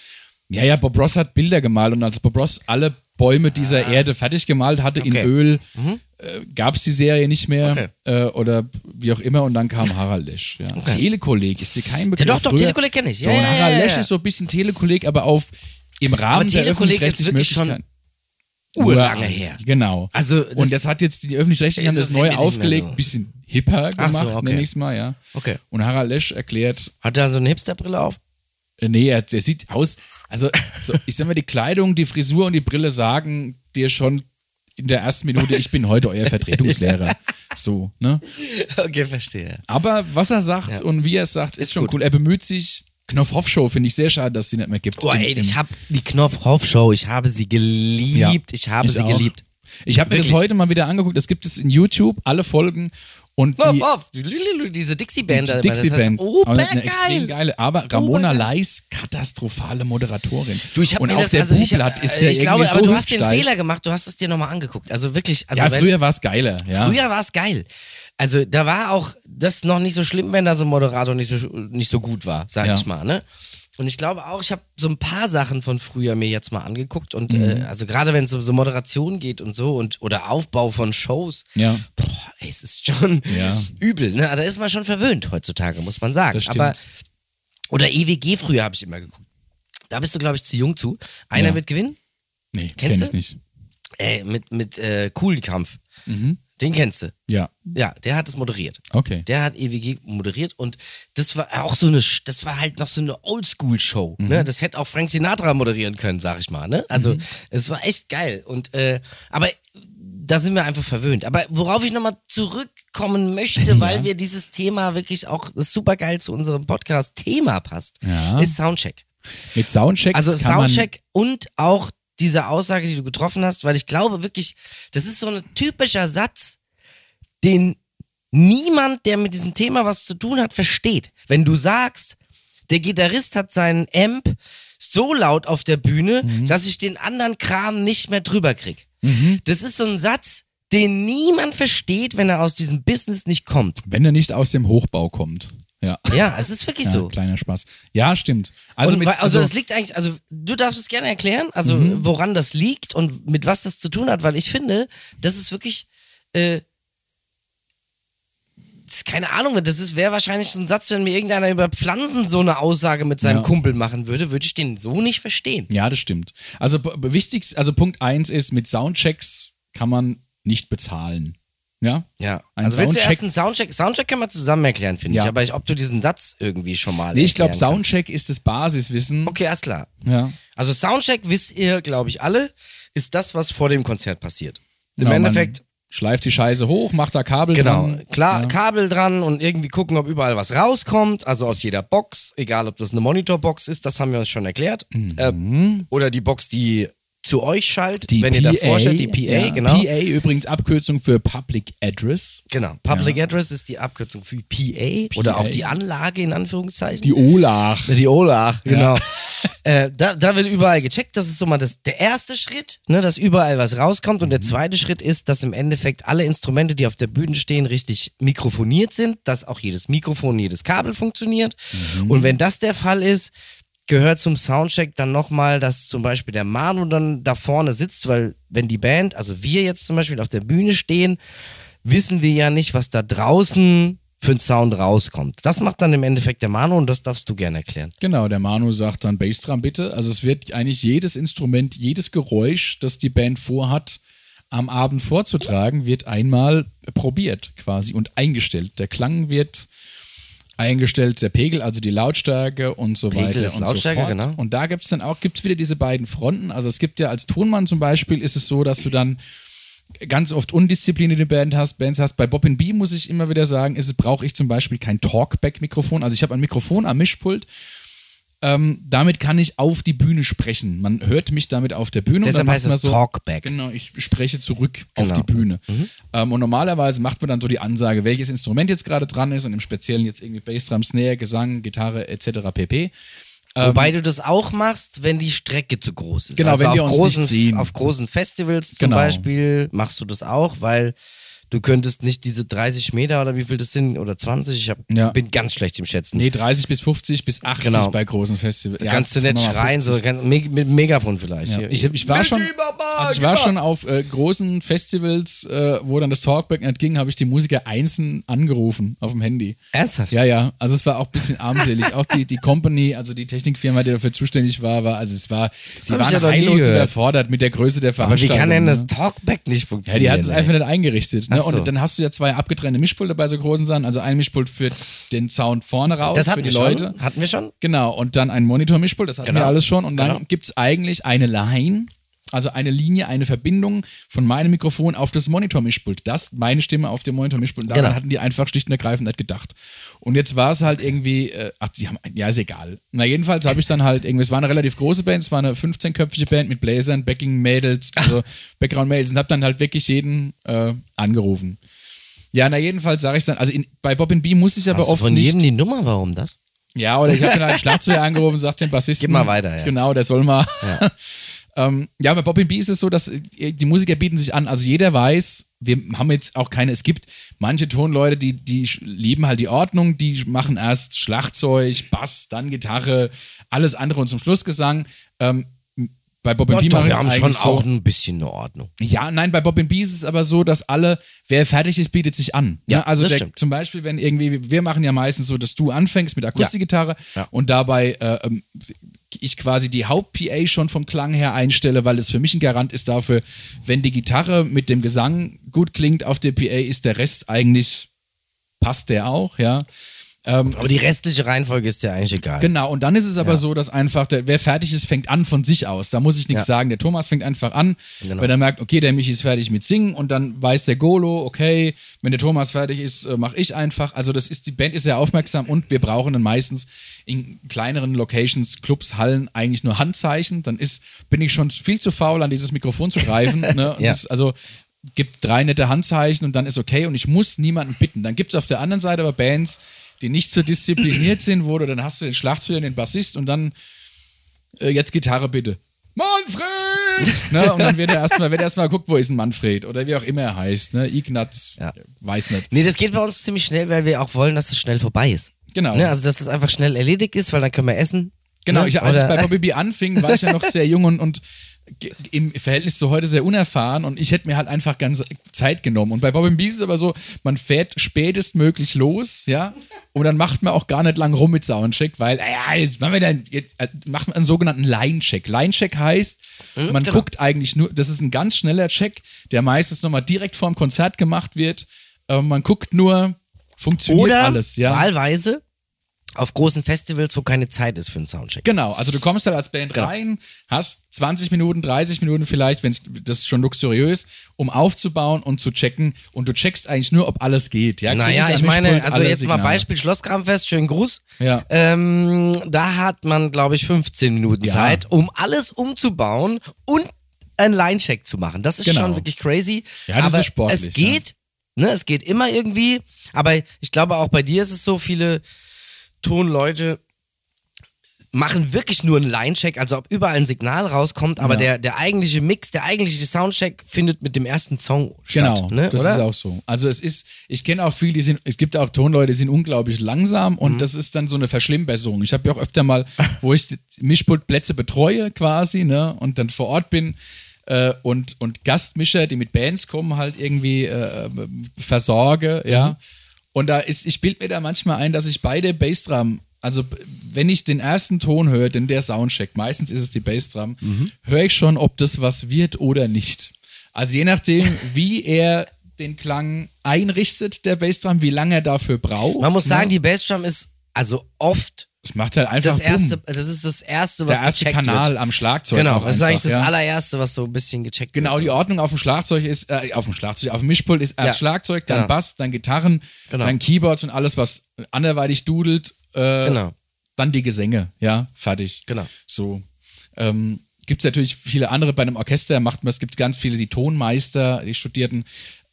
Ja, ja, Bob Ross hat Bilder gemalt und als Bob Ross alle Bäume dieser Erde fertig gemalt hatte Ah. Okay. Mhm. in Öl, äh, gab es die Serie nicht mehr Okay. äh, oder wie auch immer und dann kam Harald Lesch. Ja. Telekolleg ist dir kein Begriff. doch, doch, früher. Telekolleg kenn ich. So, Ja, und ja, ja, Harald ja, Lesch ja. ist so ein bisschen Telekolleg, aber auf im Rahmen Aber der Telekolleg ist öffentlich-rechtlichen wirklich schon Möglichkeiten. Urlange her. Genau. Also, das- und das hat jetzt die öffentlich-rechtlichen haben das Interessiert neu mich nicht mehr aufgelegt, so. bisschen hipper Ach gemacht, so, okay. nenn ich's mal, ja. Okay. Und Harald Lesch erklärt, Hat er so eine Hipsterbrille auf? äh, nee, er, er sieht aus, also so, ich sag mal, die Kleidung, die Frisur und die Brille sagen dir schon in der ersten Minute, ich bin heute euer Vertretungslehrer. So, ne? Okay, verstehe. Aber was er sagt und wie er es sagt, ist, schon cool. Er bemüht sich. Knopf-Hoff-Show finde ich sehr schade, dass sie nicht mehr gibt. Boah, Im- Oh, ey, im- ich habe die Knopf-Hoff-Show, ich habe sie geliebt. Ja. ich habe sie auch. geliebt. Ich habe mir das Wirklich. heute mal wieder angeguckt. Das gibt es in YouTube, alle Folgen. Und die, Knopf-Hoff, diese Dixie-Band. Die aber das Dixie heißt, Band. Oh, Aber eine geil. extrem geile. Aber Ramona Obergeil. Leis, katastrophale Moderatorin. Du, ich hab Und mir auch das, der also ich, Bublatt ist ja ich irgendwie glaube, so aber du hast den hüftsteif. Fehler gemacht, du hast es dir nochmal angeguckt. Also wirklich, also Ja, wenn, früher war es geiler. Ja. früher war es geil. Also da war auch das noch nicht so schlimm, wenn da so ein Moderator nicht so, sch- nicht so gut war, sag Ja. ich mal, ne? Und ich glaube auch, ich habe so ein paar Sachen von früher mir jetzt mal angeguckt und Mhm. äh, also gerade wenn es um so Moderation geht und so und oder Aufbau von Shows, Ja. boah, ey, es ist schon Ja. übel, ne? Da ist man schon verwöhnt heutzutage, muss man sagen. Das stimmt. Aber oder EWG früher habe ich immer geguckt. Da bist du, glaube ich, zu jung zu. Einer Ja. wird gewinnen. nee, kenn Kennst ich du? nicht. Äh, mit mit äh, Kuhlenkampf. Mhm. Den kennst du. Ja, Ja, der hat es moderiert. okay. Der hat EWG moderiert und das war auch so eine, Sch- das war halt noch so eine Oldschool-Show. Ne? Das hätte auch Frank Sinatra moderieren können, sag ich mal. Ne? Also es war echt geil. Und äh, aber da sind wir einfach verwöhnt. Aber worauf ich nochmal zurückkommen möchte, weil wir dieses Thema wirklich auch super geil zu unserem Podcast-Thema passt, Ja. ist Soundcheck. Mit Soundcheck. Also kann man- Soundcheck und auch diese Aussage, die du getroffen hast, weil ich glaube wirklich, das ist so ein typischer Satz, den niemand, der mit diesem Thema was zu tun hat, versteht. Wenn du sagst, der Gitarrist hat seinen Amp so laut auf der Bühne, Mhm. dass ich den anderen Kram nicht mehr drüber krieg. Das ist so ein Satz, den niemand versteht, wenn er aus diesem Business nicht kommt. wenn er nicht aus dem Hochbau kommt. Ja. Ja, es ist wirklich ja so. Kleiner Spaß. Ja, stimmt. Also, Also, und, mit, weil- also, also Mhm. das liegt eigentlich, also du darfst es gerne erklären, also woran das liegt und mit was das zu tun hat, weil ich finde, das ist wirklich, äh, das ist keine Ahnung, das ist wäre wahrscheinlich so ein Satz, wenn mir irgendeiner über Pflanzen so eine Aussage mit seinem Ja. Kumpel machen würde, würde ich den so nicht verstehen. Ja, das stimmt. Also b- wichtigst, also Punkt eins ist, mit Soundchecks kann man nicht bezahlen. Ja? Ja, Ein also willst du Soundcheck- erst einen Soundcheck, Soundcheck kann man zusammen erklären, finde Ja. ich, aber ich, ob du diesen Satz irgendwie schon mal Nee, ich glaube, erklären kannst. Soundcheck ist das Basiswissen. Okay, alles klar. Ja. Also Soundcheck, wisst ihr, glaube ich, alle, ist das, was vor dem Konzert passiert. Im Genau, man Endeffekt Schleift die Scheiße hoch, macht da Kabel Genau, dran. klar, Mhm. Ja. Kabel dran und irgendwie gucken, ob überall was rauskommt. Also aus jeder Box, egal ob das eine Monitorbox ist, das haben wir uns schon erklärt. Äh, oder die Box, die zu euch schallt, Mhm. Die wenn ihr PA, davor steht, die PA, ja. genau. PA übrigens Abkürzung für Public Address. Genau, Public Address ist die Abkürzung für PA, oder auch die Anlage in Anführungszeichen. Die Olach. Die Olach, genau. Äh, da, da wird überall gecheckt. Das ist so mal das, der erste Schritt, ne, dass überall was rauskommt. Und der zweite Schritt ist, dass im Endeffekt alle Instrumente, die auf der Bühne stehen, richtig mikrofoniert sind, dass auch jedes Mikrofon, jedes Kabel funktioniert. Und wenn das der Fall ist, gehört zum Soundcheck dann nochmal, dass zum Beispiel der Manu dann da vorne sitzt, weil wenn die Band, also wir jetzt zum Beispiel auf der Bühne stehen, wissen wir ja nicht, was da draußen für ein Sound rauskommt. Das macht dann im Endeffekt der Manu und das darfst du gerne erklären. Genau, der Manu sagt dann Bassdrum bitte. Also es wird eigentlich jedes Instrument, jedes Geräusch, das die Band vorhat, am Abend vorzutragen, wird einmal probiert quasi und eingestellt. Der Klang wird eingestellt, der Pegel, also die Lautstärke und so Pegel weiter ist und Lautstärke, so fort. genau. Und da gibt es dann auch, gibt es wieder diese beiden Fronten. Also es gibt ja als Tonmann zum Beispiel ist es so, dass du dann ganz oft undisziplinierte Band hast, Bands hast. Bei Bob B muss ich immer wieder sagen, ist es brauche ich zum Beispiel kein Talkback-Mikrofon. Also ich habe ein Mikrofon am Mischpult. Ähm, damit kann ich auf die Bühne sprechen. Man hört mich damit auf der Bühne. und Deshalb dann heißt macht man es so, Talkback. Genau, ich spreche zurück auf Genau. die Bühne. Ähm, und normalerweise macht man dann so die Ansage, welches Instrument jetzt gerade dran ist und im Speziellen jetzt irgendwie Bassdrum, Snare, Gesang, Gitarre etc. pp. Wobei du das auch machst, wenn die Strecke zu groß ist. Ähm, Genau, also wenn auf, wir uns großen, nicht sehen. auf großen Festivals zum Genau. Beispiel machst du das auch, weil du könntest nicht diese 30 Meter oder wie viel das sind oder 20, ich hab, Ja. bin ganz schlecht im Schätzen. Nee, 30 bis 50 bis 80 Genau. bei großen Festivals. Ja, Kannst du nicht sagen wir mal schreien, so ganz, mit, mit Megafon vielleicht. Ja, Hier. ich, ich war schon, Michi, Baba, also ich gib war mal. schon auf äh, großen Festivals, äh, wo dann das Talkback nicht ging, habe ich die Musiker einzeln angerufen auf dem Handy. Ernsthaft? Ja, ja. Also es war auch ein bisschen armselig. auch die, die Company, also die Technikfirma, die dafür zuständig war, war, also es war, die hab ich waren ja noch nie heillos gehört. überfordert mit der Größe der Aber wie Veranstaltung. kann denn ne? das Talkback nicht Ja, funktionieren? die hatten es ey? einfach nicht eingerichtet. Ne? Ach so. Und dann hast du ja zwei abgetrennte Mischpulte bei so großen Sachen. Also ein Mischpult für den Sound vorne raus, das für hatten die wir Leute. schon. Hatten wir schon? Genau, und dann ein Monitormischpult, das hatten Genau. wir alles schon. Und dann Genau. gibt's gibt es eigentlich eine Line, also eine Linie, eine Verbindung von meinem Mikrofon auf das Monitormischpult. Das, meine Stimme auf dem Monitormischpult. Und daran Genau. hatten die einfach schlicht und ergreifend nicht gedacht. Und jetzt war es halt irgendwie, äh, ach, die haben, ja, ist egal. Na, jedenfalls habe ich dann halt irgendwie, es war eine relativ große Band, es war eine 15-köpfige Band mit Bläsern, Backing-Mädels, also Background-Mädels und habe dann halt wirklich jeden äh, angerufen. Ja, na jedenfalls sage ich dann, also in, bei Bobbin B muss ich aber Hast du oft von nicht jedem die Nummer, warum das? ja, oder ich habe dann halt Schlagzeuger angerufen und sagt dem Bassisten. Gib mal weiter, ja. Genau, der soll mal. Ja, ähm, ja bei Bobbin B ist es so, dass äh, die Musiker bieten sich an. Also jeder weiß, wir haben jetzt auch keine, es gibt manche Tonleute, die, die sch- lieben halt die Ordnung, die machen erst Schlagzeug, Bass, dann Gitarre, alles andere und zum Schluss Gesang. Ähm, bei Bobbin Doch, B doch, machen wir haben schon so, auch ein bisschen eine Ordnung. ja, nein, bei Bob B ist es aber so, dass alle, wer fertig ist, bietet sich an. Ja, Ne? also das der, stimmt. zum Beispiel, wenn irgendwie, wir machen ja meistens so, dass du anfängst mit Akustikgitarre Ja. Ja. und dabei äh, ähm, ich quasi die Haupt-PA schon vom Klang her einstelle, weil es für mich ein Garant ist dafür, wenn die Gitarre mit dem Gesang gut klingt auf der PA, ist der Rest eigentlich, passt der auch, ja. Ähm, Aber die restliche Reihenfolge ist ja eigentlich egal. Genau, und dann ist es aber so, dass einfach, der, wer fertig ist, fängt an von sich aus. Da muss ich nichts Ja. sagen. Der Thomas fängt einfach an, Genau. wenn er merkt, okay, der Michi ist fertig mit Singen und dann weiß der Golo, okay, wenn der Thomas fertig ist, mache ich einfach. Also das ist, die Band ist sehr aufmerksam und wir brauchen dann meistens in kleineren Locations, Clubs, Hallen eigentlich nur Handzeichen. Dann ist, bin ich schon viel zu faul, an dieses Mikrofon zu greifen. ne? Und Ja. das, also gibt drei nette Handzeichen und dann ist okay und ich muss niemanden bitten. Dann gibt es auf der anderen Seite aber Bands, die nicht so diszipliniert sind, wo du dann hast du den Schlagzeuger, den Bassist und dann äh, jetzt Gitarre bitte. Manfred! ne? Und dann wird er erstmal, wird erstmal guckt, wo ist ein Manfred oder wie auch immer er heißt, ne? Ignaz, Ja. weiß nicht. Nee, das geht bei uns ziemlich schnell, weil wir auch wollen, dass es schnell vorbei ist. Genau. Ne, also, dass es einfach schnell erledigt ist, weil dann können wir essen. Genau, ne? ich, als ich Oder- bei Bobby B anfing, war ich ja noch sehr jung und, und ge- im Verhältnis zu heute sehr unerfahren und ich hätte mir halt einfach ganz Zeit genommen. Und bei Bobby B ist es aber so, man fährt spätestmöglich los, ja, und dann macht man auch gar nicht lang rum mit Soundcheck, weil, ja, jetzt machen wir dann, jetzt, äh, macht man einen sogenannten Line-Check. Line-Check heißt, man genau. guckt eigentlich nur, das ist ein ganz schneller Check, der meistens nochmal direkt vorm Konzert gemacht wird. Äh, man guckt nur, funktioniert Oder alles, ja. wahlweise auf großen Festivals, wo keine Zeit ist für einen Soundcheck. Genau, also du kommst halt als Band Genau. rein, hast 20 Minuten, 30 Minuten vielleicht, wenn das ist schon luxuriös, um aufzubauen und zu checken. Und du checkst eigentlich nur, ob alles geht. Ja, krieg Naja, am ich meine, Mischpult also alle jetzt mal Signale. Beispiel Schlosskramfest, schönen Gruß. Ja. Ähm, da hat man, glaube ich, 15 Minuten Ja. Zeit, um alles umzubauen und einen Line-Check zu machen. Das ist Genau. schon wirklich crazy. Ja, das aber ist sportlich, Es geht, ne? Es geht immer irgendwie. Aber ich glaube, auch bei dir ist es so, viele Tonleute machen wirklich nur einen Line-Check, also ob überall ein Signal rauskommt, aber Ja. der, der eigentliche Mix, der eigentliche Soundcheck findet mit dem ersten Song statt. Genau, ne? das Oder? ist auch so. Also es ist, ich kenne auch viele, die sind, es gibt auch Tonleute, die sind unglaublich langsam Mhm. und das ist dann so eine Verschlimmbesserung. Ich habe ja auch öfter mal, wo ich die Mischpultplätze betreue quasi, ne, und dann vor Ort bin äh, und, und Gastmischer, die mit Bands kommen, halt irgendwie äh, versorge, Mhm. ja. Und da ist, ich bild mir da manchmal ein, dass ich beide Bassdrum, also b- wenn ich den ersten Ton höre, denn der Soundcheck, meistens ist es die Bassdrum, Mhm. höre ich schon, ob das was wird oder nicht. Also je nachdem, wie er den Klang einrichtet, der Bassdrum, wie lange er dafür braucht. Man muss sagen, die Bassdrum ist also oft das macht halt einfach das Bumm. erste, das ist das erste, was der erste gecheckt Kanal wird. am Schlagzeug. Genau, auch das ist eigentlich einfach, das ja. allererste, was so ein bisschen gecheckt Genau, wird. die Ordnung auf dem Schlagzeug ist, äh, auf dem Schlagzeug, auf dem Mischpult ist erst Ja. Schlagzeug, dann Genau. Bass, dann Gitarren, Genau. dann Keyboards und alles, was anderweitig dudelt. Äh, Genau. Dann die Gesänge, ja, fertig. Genau. So. Ähm, gibt es natürlich viele andere, bei einem Orchester macht man, es gibt ganz viele, die Tonmeister, die Studierten,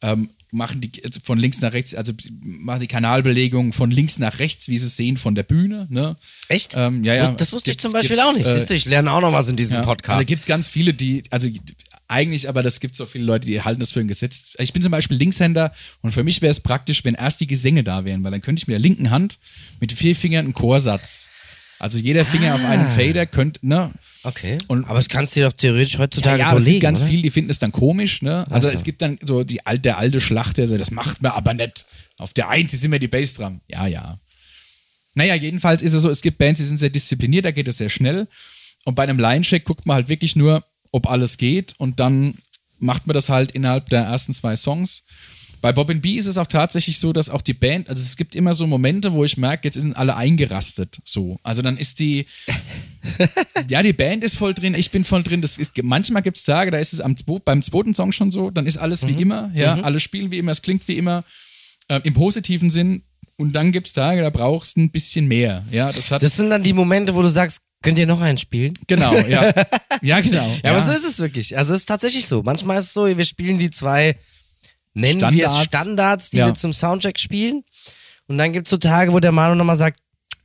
ähm, machen die also von links nach rechts, also machen die Kanalbelegung von links nach rechts, wie sie es sehen von der Bühne, ne? Echt? Ähm, ja, ja. Das wusste ich Gibt's- zum Beispiel gibt's, auch nicht. äh, Siehst du, ich lerne auch noch was in diesem ja. Podcast. Also es gibt ganz viele, die, also eigentlich, aber das gibt so viele Leute, die halten das für ein Gesetz. Ich bin zum Beispiel Linkshänder und für mich wäre es praktisch, wenn erst die Gesänge da wären, weil dann könnte ich mit der linken Hand mit vier Fingern einen Chorsatz. Also jeder Finger auf einem Fader könnte, ne? okay. Und- aber das kannst du dir doch theoretisch heutzutage ja, so aber es legen, gibt ganz oder? viel, die finden es dann komisch, ne? Also Ach so. es gibt dann so die alte, der alte Schlachter, so, das macht man aber nicht. Auf der Eins ist immer die Bassdrum. Ja, ja. Naja, jedenfalls ist es so, es gibt Bands, die sind sehr diszipliniert, da geht es sehr schnell. Und bei einem Line-Check guckt man halt wirklich nur, ob alles geht und dann macht man das halt innerhalb der ersten zwei Songs. Bei Bobbin B ist es auch tatsächlich so, dass auch die Band, also es gibt immer so Momente, wo ich merke, jetzt sind alle eingerastet. So. Also dann ist die, ja, die Band ist voll drin, ich bin voll drin. Das ist, manchmal gibt es Tage, da ist es am, zwo- beim zweiten Song schon so, dann ist alles Mhm. wie immer, ja, alles spielen wie immer, es klingt wie immer, äh, im positiven Sinn. Und dann gibt es Tage, da brauchst du ein bisschen mehr. Ja, das hat. Das sind dann die Momente, wo du sagst, könnt ihr noch einen spielen? genau, ja. Ja, genau. Ja, aber so ist es wirklich. Also es ist tatsächlich so. Manchmal ist es so, wir spielen die zwei, nennen wir es Standards. Standards, die Ja. wir zum Soundcheck spielen. Und dann gibt es so Tage, wo der Manu nochmal sagt,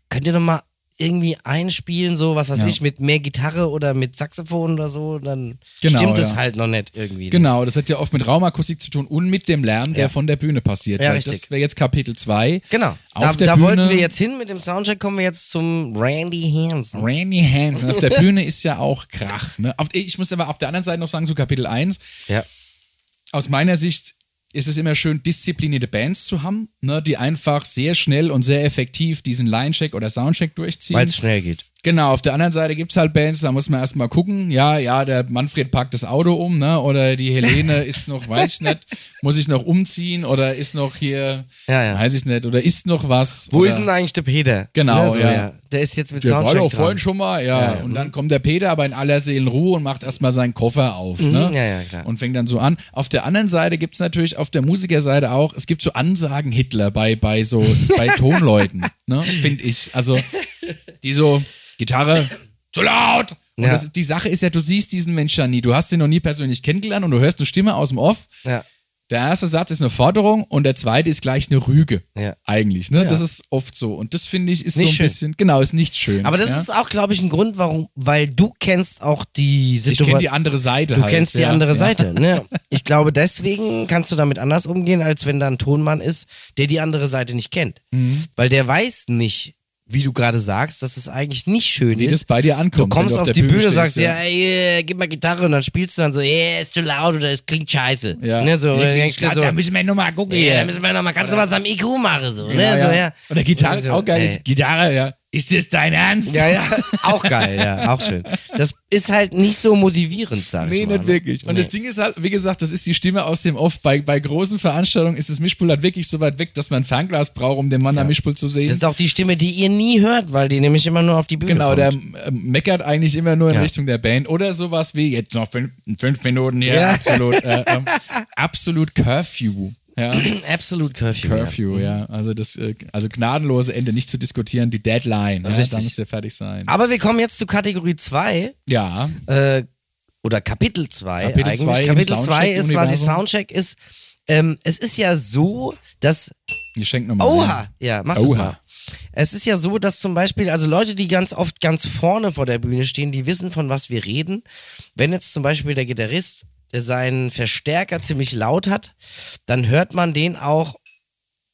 könnt ihr nochmal irgendwie einspielen, so was weiß Ja. ich, mit mehr Gitarre oder mit Saxophon oder so, dann Genau, stimmt es ja. halt noch nicht irgendwie. Genau, das hat ja oft mit Raumakustik zu tun und mit dem Lärm, der Ja. von der Bühne passiert. Ja, Weil richtig. Das wäre jetzt Kapitel 2. Genau. Auf Da, der da Bühne, wollten wir jetzt hin mit dem Soundcheck, kommen wir jetzt zum Randy Hansen. Randy Hansen. Auf der Bühne ist ja auch Krach. Ne? Auf, ich muss aber auf der anderen Seite noch sagen, zu Kapitel 1, Ja. aus meiner Sicht ist es immer schön, disziplinierte Bands zu haben, ne, die einfach sehr schnell und sehr effektiv diesen Line-Check oder Soundcheck durchziehen. Weil es schnell geht. Genau, auf der anderen Seite gibt es halt Bands, da muss man erstmal gucken, ja, ja, der Manfred packt das Auto um, ne? Oder die Helene ist noch, weiß ich nicht, muss ich noch umziehen oder ist noch hier, Ja, ja. weiß ich nicht, oder ist noch was. Wo oder, ist denn eigentlich der Peter? Genau, Ne, so, ja. Der ist jetzt mit der war Soundcheck doch dran. vorhin schon mal, ja. Ja, ja. Und dann kommt der Peter aber in aller Seelenruhe und macht erstmal seinen Koffer auf. Ne? Mhm. ja, ja, klar. Und fängt dann so an. Auf der anderen Seite gibt es natürlich, auf der Musikerseite auch, es gibt so Ansagen Hitler bei, bei so, bei Tonleuten, ne? finde ich. Also, die so, Gitarre, zu laut! Und Ja. das ist, die Sache ist ja, du siehst diesen Menschen ja nie, du hast ihn noch nie persönlich kennengelernt und du hörst eine Stimme aus dem Off. Ja. Der erste Satz ist eine Forderung und der zweite ist gleich eine Rüge. Ja. Eigentlich, ne? Das ist oft so. Und das finde ich ist Nicht so ein schön. bisschen, genau, ist nicht schön. Aber das ja? ist auch, glaube ich, ein Grund, warum, weil du kennst auch die Ich kenne Situation. die andere Seite du halt. kennst die ja. andere ja. Seite. Ne? Ich glaube, deswegen kannst du damit anders umgehen, als wenn da ein Tonmann ist, der die andere Seite nicht kennt. Mhm. Weil der weiß nicht, wie du gerade sagst, dass es eigentlich nicht schön Wie ist. das bei dir Du ankommt. wenn kommst du auf, der die Bühne, stehst, sagst, ja, ey, äh, gib mal Gitarre und dann spielst du dann so, ey, ist zu laut oder es klingt scheiße. Ja. Ne, so, und dann denkst du Ja, so, da müssen wir nochmal gucken. ja, da hier. müssen wir nochmal, kannst du was am IQ machen? So, Ja, ne? so, Genau, ja. ja. Oder Gitarre ist So, auch geil. ey. Ist Gitarre, ja. Ist das dein Ernst? Ja, ja, auch geil, ja, auch schön. Das ist halt nicht so motivierend, sag ich Nee, mal. ne? nicht wirklich. Und das Ding ist halt, wie gesagt, das ist die Stimme aus dem Off. Bei, bei großen Veranstaltungen ist das Mischpult halt wirklich so weit weg, dass man ein Fernglas braucht, um den Mann am Mischpult zu sehen. Das ist auch die Stimme, die ihr nie hört, weil die nämlich immer nur auf die Bühne Genau, kommt. der ähm, meckert eigentlich immer nur in Ja. Richtung der Band oder sowas wie jetzt noch fünf, fünf Minuten hier, Ja. absolut, äh, ähm, absolut Curfew. Ja. Absolute Curfew. Curfew, ja. Also das, äh, also gnadenlose Ende, nicht zu diskutieren, die Deadline. Ja, Richtig. da muss der fertig sein. Ja. Aber wir kommen jetzt zu Kategorie 2. Ja, Äh, oder Kapitel 2 Kapitel eigentlich. zwei im Kapitel 2 ist quasi Soundcheck-Universum. Soundcheck ist, ähm, es ist ja so, dass Ich schenke nochmal. Oha! Ja, mach das Oha. mal. Es ist ja so, dass zum Beispiel, also Leute, die ganz oft ganz vorne vor der Bühne stehen, die wissen, von was wir reden. Wenn jetzt zum Beispiel der Gitarrist seinen Verstärker ziemlich laut hat, dann hört man den auch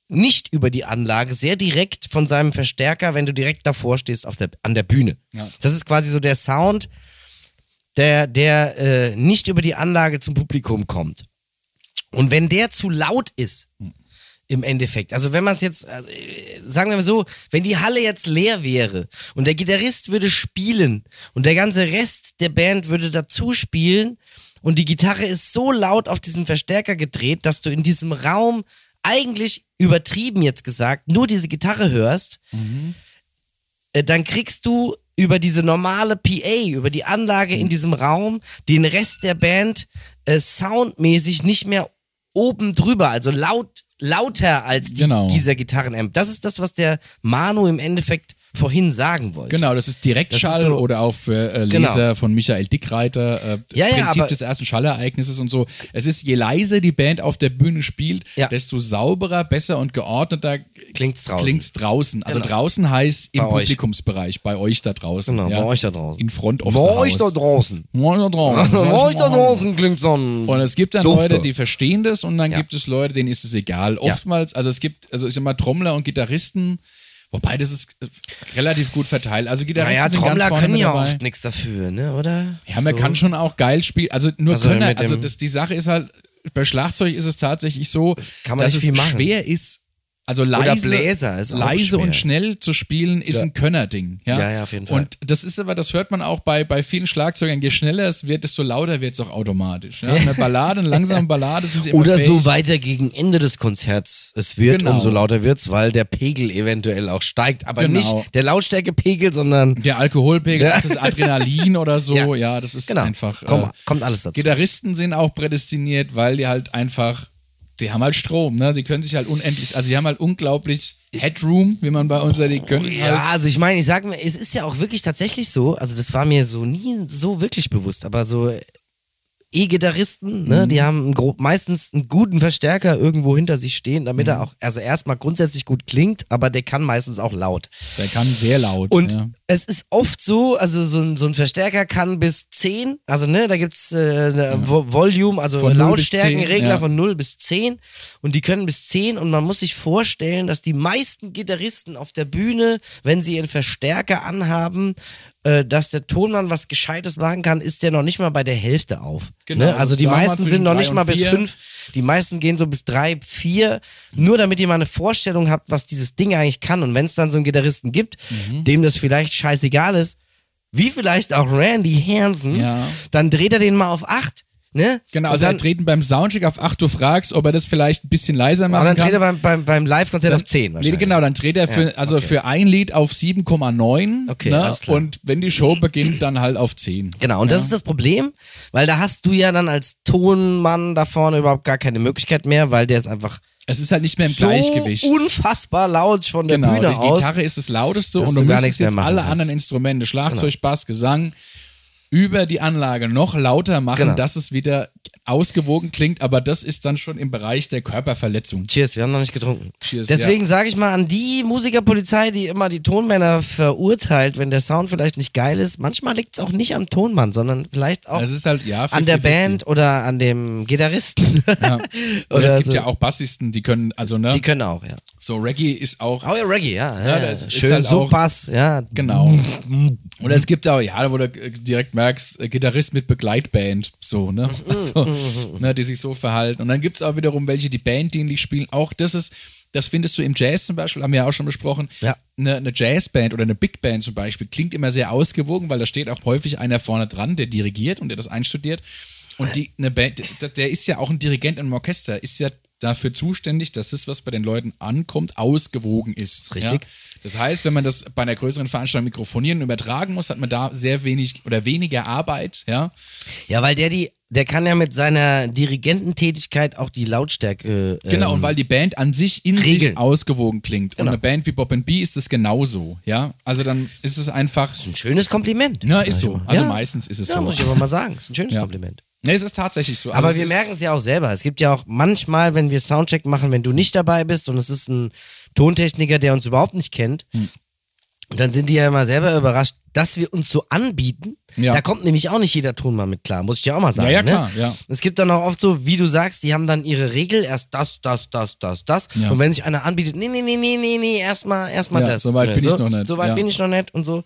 nicht über die Anlage, sehr direkt von seinem Verstärker, wenn du direkt davor stehst auf der, an der Bühne. Ja. Das ist quasi so der Sound, der, der äh, nicht über die Anlage zum Publikum kommt. Und wenn der zu laut ist, Hm. im Endeffekt. Also wenn man es jetzt, äh, sagen wir mal so, wenn die Halle jetzt leer wäre und der Gitarrist würde spielen und der ganze Rest der Band würde dazu spielen und die Gitarre ist so laut auf diesen Verstärker gedreht, dass du in diesem Raum eigentlich übertrieben jetzt gesagt nur diese Gitarre hörst, äh, dann kriegst du über diese normale PA, über die Anlage in diesem Raum, den Rest der Band äh, soundmäßig nicht mehr oben drüber, also laut, lauter als die, Genau. dieser Gitarrenamp. Das ist das, was der Manu im Endeffekt vorhin sagen wollte. Genau, das ist Direktschall Das ist so- oder auch für äh, Genau. Leser von Michael Dickreiter, äh, Ja, ja, Prinzip aber- des ersten Schallereignisses und so. Es ist, je leiser die Band auf der Bühne spielt, Ja. desto sauberer, besser und geordneter Klingt's draußen. Klingt's draußen. Also Genau. draußen heißt im Bei euch. Publikumsbereich, bei euch da draußen. Genau, ja. bei euch da draußen. In Front of War the ich da House. draußen? Bei euch da draußen. War ich da draußen, klingt so ein Und es gibt dann Hm. Dufte. Leute, die verstehen das und dann Ja. gibt es Leute, denen ist es egal. Oftmals, also es gibt, also ich sag mal, Trommler und Gitarristen, wobei das ist äh, relativ gut verteilt. Also Gitarristen Naja, sind ganz Trommler vorne können mit ja dabei. oft nichts dafür, ne, oder? Ja, man So. kann schon auch geil spielen. Also nur Also Könner, mit dem- also das, die Sache ist halt, bei Schlagzeug ist es tatsächlich so, Kann man dass nicht es viel machen. schwer ist, also leise, Bläser ist auch leise schwer. und schnell zu spielen, ist Ja. ein Könnerding. Ja? Ja, ja, auf jeden Fall. Und das ist aber, das hört man auch bei, bei vielen Schlagzeugern, je schneller es wird, desto lauter wird es auch automatisch. Ja? Eine Ballade, eine langsame Ballade sind sie immer Oder so fähig. weiter gegen Ende des Konzerts es wird, Genau. umso lauter wird's, weil der Pegel eventuell auch steigt. Aber Genau. nicht der Lautstärkepegel, sondern Der Alkoholpegel, auch das Adrenalin oder so, Ja. ja, das ist genau. einfach. Komm, äh, kommt alles dazu. Gitarristen sind auch prädestiniert, weil die halt einfach, die haben halt Strom, ne? Sie können sich halt unendlich, also die haben halt unglaublich Headroom, wie man bei uns sagt, die können Ja, halt. also ich meine, ich sag mir, es ist ja auch wirklich tatsächlich so, also das war mir so nie so wirklich bewusst, aber so äh, E-Gitarristen, ne, Mhm. die haben einen gro- meistens einen guten Verstärker irgendwo hinter sich stehen, Mhm. damit er auch, also erstmal grundsätzlich gut klingt, aber der kann meistens auch laut. Der kann sehr laut. Und ja. es ist oft so, also so ein, so ein Verstärker kann bis 10, also ne, da gibt's äh, ne, Vo- Volume, also Von 0 bis 10, Lautstärkenregler ja. von 0 bis 10 und die können bis 10 und man muss sich vorstellen, dass die meisten Gitarristen auf der Bühne, wenn sie ihren Verstärker anhaben, äh, dass der Tonmann was Gescheites machen kann, ist der noch nicht mal bei der Hälfte auf. Genau, Ne? Also also die sagen wir mal meisten zwischen sind noch drei nicht und mal bis vier. 5, die meisten gehen so bis 3, 4, nur damit ihr mal eine Vorstellung habt, was dieses Ding eigentlich kann. Und wenn es dann so einen Gitarristen gibt, Mhm. dem das vielleicht scheißegal ist, wie vielleicht auch Randy Hansen, Ja. dann dreht er den mal auf 8. Ne? Genau, Und also dann, er treten beim Soundcheck auf 8 Uhr fragst, ob er das vielleicht ein bisschen leiser und machen dann kann. dreht er beim, beim, beim Live-Konzert auf 10 Nee, wahrscheinlich. genau, dann dreht er für, Ja, also okay. für ein Lied auf 7,9 Okay, ne? alles klar. und wenn die Show beginnt, dann halt auf 10. Genau, und das ist das Problem, weil da hast du ja dann als Tonmann da vorne überhaupt gar keine Möglichkeit mehr, weil der ist einfach Es ist halt nicht mehr im so Gleichgewicht. unfassbar laut von der Genau, Bühne die aus. Gitarre ist das lauteste dass und du du gar nichts müsstest mehr jetzt machen alle kannst. Genau. anderen Instrumente, Schlagzeug, Bass, Gesang, über die Anlage noch lauter machen, Genau. dass es wieder ausgewogen klingt, aber das ist dann schon im Bereich der Körperverletzung. Cheers, wir haben noch nicht getrunken. Cheers, Deswegen sage ich mal an die Musikerpolizei, die immer die Tonmänner verurteilt, wenn der Sound vielleicht nicht geil ist. Manchmal liegt es auch nicht am Tonmann, sondern vielleicht auch Das ist halt, ja, an der 50-50. Band oder an dem Gitarristen. Ja. Oder Oder es gibt so. ja auch Bassisten, die können, also ne, Die können auch, ja. so Reggae ist auch Oh ja, Reggae, ja. ja, Ja, das ist Schön halt so auch- Bass, ja. Genau. Oder es gibt auch, ja, wo du äh, direkt merkst, äh, Gitarrist mit Begleitband, so, ne? Also, ne die sich so verhalten. Und dann gibt es auch wiederum welche, die banddienlich spielen. Auch das ist, das findest du im Jazz zum Beispiel, haben wir ja auch schon besprochen. Ja. Eine, eine Jazzband oder eine Big Band zum Beispiel klingt immer sehr ausgewogen, weil da steht auch häufig einer vorne dran, der dirigiert und der das einstudiert. Und die, eine Band, der, der ist ja auch ein Dirigent in einem Orchester, ist ja dafür zuständig, dass das, was bei den Leuten ankommt, ausgewogen ist. Richtig. Ja? Das heißt, wenn man das bei einer größeren Veranstaltung mikrofonieren und übertragen muss, hat man da sehr wenig oder weniger Arbeit, ja. Ja, weil der die der kann ja mit seiner Dirigententätigkeit auch die Lautstärke. äh, Genau, und weil die Band an sich in sich Regeln. ausgewogen klingt. Und Genau. eine Band wie Bob B ist es genauso, ja. Also dann ist es einfach. Ein schönes Kompliment. Na, sag ist ich so. mal. Also meistens ist es ja, so. muss ich aber mal sagen. Ist ein schönes Ja. Kompliment. Nee, es ist tatsächlich so. Aber Also wir es merken es ja auch selber. Es gibt ja auch manchmal, wenn wir Soundcheck machen, wenn du nicht dabei bist und es ist ein Tontechniker, der uns überhaupt nicht kennt, Hm. dann sind die ja immer selber überrascht, dass wir uns so anbieten. Ja. Da kommt nämlich auch nicht jeder Tonmann mit klar, muss ich ja auch mal sagen. Ja, ja, ne? klar, ja. Es gibt dann auch oft so, wie du sagst, die haben dann ihre Regel, erst das, das, das, das, das. Ja. Und wenn sich einer anbietet, nee, nee, nee, nee, nee, nee, erstmal erst mal Ja, das. so weit Ne, bin ich noch nicht, So weit ja. bin ich noch nicht und so.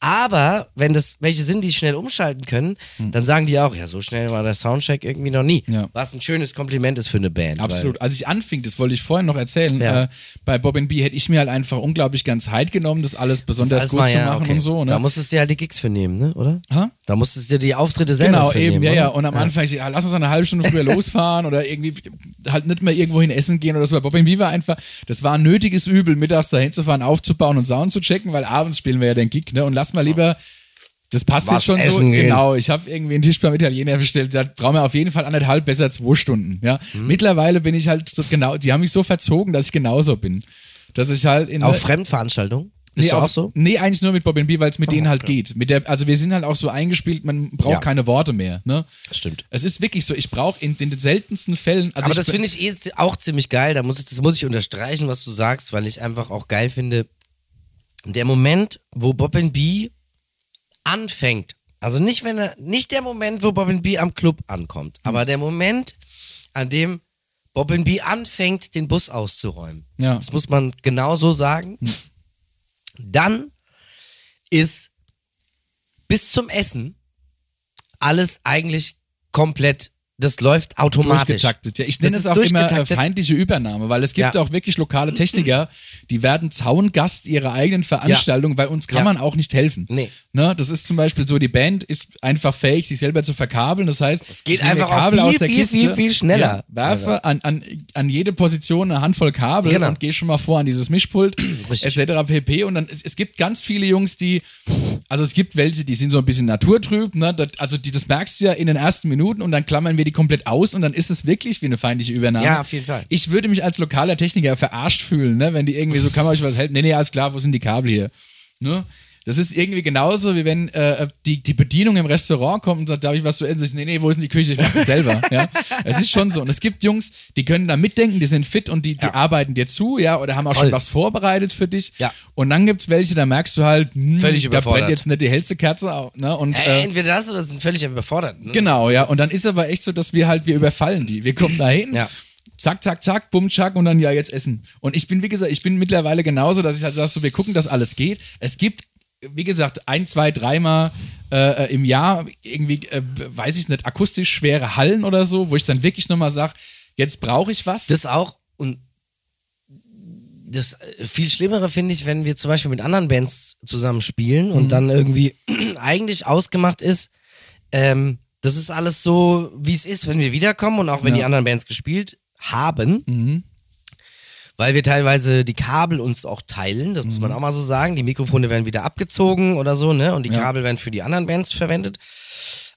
Aber wenn das welche sind, die schnell umschalten können, dann sagen die auch, ja, so schnell war der Soundcheck irgendwie noch nie. Hm. Ja. Was ein schönes Kompliment ist für eine Band. Absolut. Als ich anfing, das wollte ich vorhin noch erzählen, Ja. äh, bei Bob B hätte ich mir halt einfach unglaublich ganz Zeit genommen, das alles Weil, besonders alles gut mal, zu ja, machen okay. und so. Da Ne? musstest du ja die Gigs für nehmen, ne? oder? Ha? Da musstest du dir die Auftritte selber Genau, für eben, nehmen, ja, oder? ja. Und am Anfang, ich, ah, lass uns eine halbe Stunde früher losfahren oder irgendwie halt nicht mehr irgendwo hin essen gehen oder so. Bei Bob B war einfach, das war ein nötiges Übel, mittags da hinzufahren, aufzubauen und Sound zu checken, weil abends spielen wir ja den Gig, ne? Und lass mal lieber. Das passt Was jetzt schon so. essen gehen. Genau, ich habe irgendwie einen Tisch beim Italiener bestellt. Da brauchen wir auf jeden Fall anderthalb, besser zwei Stunden. Ja, Mhm. mittlerweile bin ich halt so genau. Die haben mich so verzogen, dass ich genauso bin, dass ich halt in Auf Fremdveranstaltungen? Bist du auch auf- so? Nee, eigentlich nur mit Bob B, weil es mit denen halt geht. Mit der, also wir sind halt auch so eingespielt, man braucht Ja. keine Worte mehr. Ne? Stimmt. Es ist wirklich so, ich brauche in den seltensten Fällen. Also Aber ich, das finde ich eh zi- auch ziemlich geil. Da muss ich, das muss ich unterstreichen, was du sagst, weil ich einfach auch geil finde, der Moment, wo Bobbin B anfängt. Also nicht, wenn er, nicht der Moment, wo Bobbin B am Club ankommt, Hm. aber der Moment, an dem Bobbin B anfängt, den Bus auszuräumen. Ja. Hm. Das muss man genau so sagen. Dann ist bis zum Essen alles eigentlich komplett, das läuft automatisch. durchgetaktet. Ja, ich nenne Das ist es auch immer äh, durchgetaktet. feindliche Übernahme, weil es gibt Ja. auch wirklich lokale Techniker, die werden Zaungast ihrer eigenen Veranstaltung, weil uns kann Ja. man auch nicht helfen. Nee. Ne? Das ist zum Beispiel so, die Band ist einfach fähig, sich selber zu verkabeln. Das heißt, es geht einfach auch viel, viel, viel, viel schneller. Also. Ja, werfe an, an, an jede Position eine Handvoll Kabel Genau. und gehe schon mal vor an dieses Mischpult Richtig. etc. pp. Und dann, es, es gibt ganz viele Jungs, die, also es gibt welche, die sind so ein bisschen naturtrüb, ne? das, also die, das merkst du ja in den ersten Minuten und dann klammern wir die komplett aus und dann ist es wirklich wie eine feindliche Übernahme. Ja, auf jeden Fall. Ich würde mich als lokaler Techniker verarscht fühlen, ne? wenn die irgendwie so, kann man euch was helfen? Nee, nee, alles klar, wo sind die Kabel hier? Ne? Das ist irgendwie genauso, wie wenn äh, die, die Bedienung im Restaurant kommt und sagt, darf ich was zu essen? Ich, nee, nee, wo ist denn die Küche? Ich mach das selber. ja? Es ist schon so. Und es gibt Jungs, die können da mitdenken, die sind fit und die, die arbeiten dir zu, ja, oder haben auch Voll. schon was vorbereitet für dich. Ja. Und dann gibt es welche, da merkst du halt, hm, Völlig da brennt überfordert. jetzt nicht die hellste Kerze auf. Ne? Und, Äh, äh, Entweder das oder sind völlig überfordert. Ne? Genau, ja. Und dann ist aber echt so, dass wir halt, wir überfallen die. Wir kommen da hin. Ja. Zack, zack, zack, bumm, zack und dann ja jetzt essen. Und ich bin, wie gesagt, ich bin mittlerweile genauso, dass ich halt sage, so, wir gucken, dass alles geht. Es gibt, wie gesagt, ein, zwei, dreimal äh, im Jahr irgendwie, äh, weiß ich nicht, akustisch schwere Hallen oder so, wo ich dann wirklich nochmal sage, jetzt brauche ich was. Das auch. Und das äh, viel Schlimmere finde ich, wenn wir zum Beispiel mit anderen Bands zusammen spielen und dann irgendwie eigentlich ausgemacht ist, ähm, das ist alles so, wie es ist, wenn wir wiederkommen und auch wenn Ja. die anderen Bands gespielt haben. Weil wir teilweise die Kabel uns auch teilen, das muss Mhm. man auch mal so sagen. Die Mikrofone werden wieder abgezogen oder so, ne? Und die Kabel werden für die anderen Bands verwendet.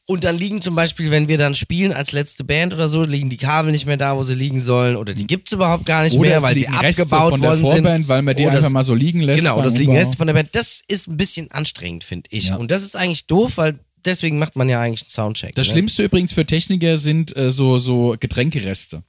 Und dann liegen zum Beispiel, wenn wir dann spielen als letzte Band oder so, liegen die Kabel nicht mehr da, wo sie liegen sollen oder die gibt's überhaupt gar nicht Mhm. oder mehr, es weil sie liegen Reste abgebaut von der worden Vorband, sind. weil man die Oder einfach es- mal so liegen lässt. Genau, beim das liegen Umbau. Reste von der Band. Das ist ein bisschen anstrengend, finde ich. Ja. Und das ist eigentlich doof, weil deswegen macht man ja eigentlich einen Soundcheck. Das ne? Schlimmste übrigens für Techniker sind äh, so, so Getränkereste.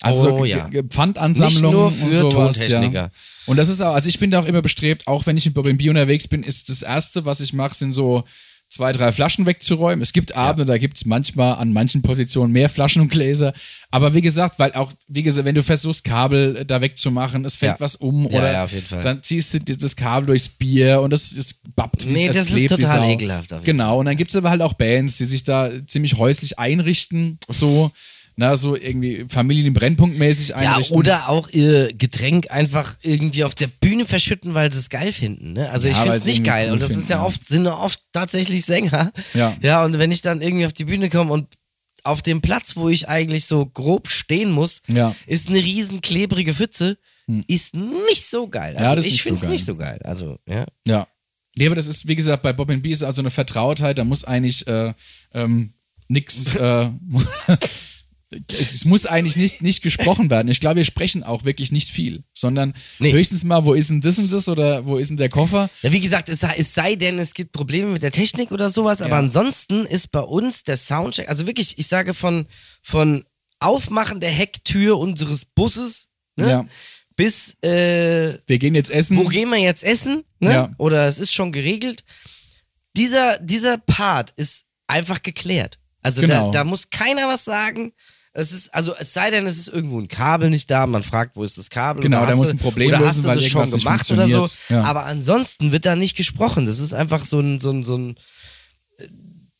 Also Oh, so Ge- ja. Ge- Pfandansammlungen Nicht nur und für sowas, Tontechniker. Ja. Und das ist auch, also ich bin da auch immer bestrebt, auch wenn ich mit Bobby B unterwegs bin, ist das Erste, was ich mache, sind so zwei, drei Flaschen wegzuräumen. Es gibt Abende, da gibt es manchmal an manchen Positionen mehr Flaschen und Gläser. Aber wie gesagt, weil auch, wie gesagt, wenn du versuchst, Kabel äh, da wegzumachen, es fällt Ja. was um Ja, oder ja, auf jeden Fall. dann ziehst du dir das Kabel durchs Bier und das, das babbt wie Nee, es das ist klebt, wie total Sau. ekelhaft, auf jeden Genau, und dann gibt es aber halt auch Bands, die sich da ziemlich häuslich einrichten, so, na, so irgendwie Familien im Brennpunkt mäßig Ja, einrichten. oder auch ihr Getränk einfach irgendwie auf der Bühne verschütten, weil sie es geil finden. Ne? Also ich Ja, finde weil's es nicht irgendwie geil. cool und das finden, ist ja ja. oft, sind ja oft tatsächlich Sänger. Ja. Ja, und wenn ich dann irgendwie auf die Bühne komme und auf dem Platz, wo ich eigentlich so grob stehen muss, Ja. Hm. ist eine riesen klebrige Pfütze. Ist nicht so geil. Also Ja, das ist ich nicht so finde es geil. nicht so geil. Also, ja. Ja. Nee, aber das ist, wie gesagt, bei Bob B ist also eine Vertrautheit, da muss eigentlich äh, ähm, nix. Äh, es es muss eigentlich nicht, nicht gesprochen werden. Ich glaube, wir sprechen auch wirklich nicht viel, sondern Nee. höchstens mal, wo ist denn das und das oder wo ist denn der Koffer? Ja, wie gesagt, es sei, es sei denn, es gibt Probleme mit der Technik oder sowas, aber Ja. ansonsten ist bei uns der Soundcheck, also wirklich, ich sage von, von Aufmachen der Hecktür unseres Busses ne, Ja. bis, äh, Wir gehen jetzt essen. wo gehen wir jetzt essen? Ne? Mhm. Ja. Oder es ist schon geregelt. Dieser, dieser Part ist einfach geklärt. Also Genau. da, da muss keiner was sagen. Es ist, also es sei denn, es ist irgendwo ein Kabel nicht da, man fragt, wo ist das Kabel? Genau, oder da hast muss du- ein Problem Oder lösen, hast du weil das schon irgendwas nicht gemacht oder so? funktioniert. Ja. Aber ansonsten wird da nicht gesprochen. Das ist einfach so ein, so ein, so ein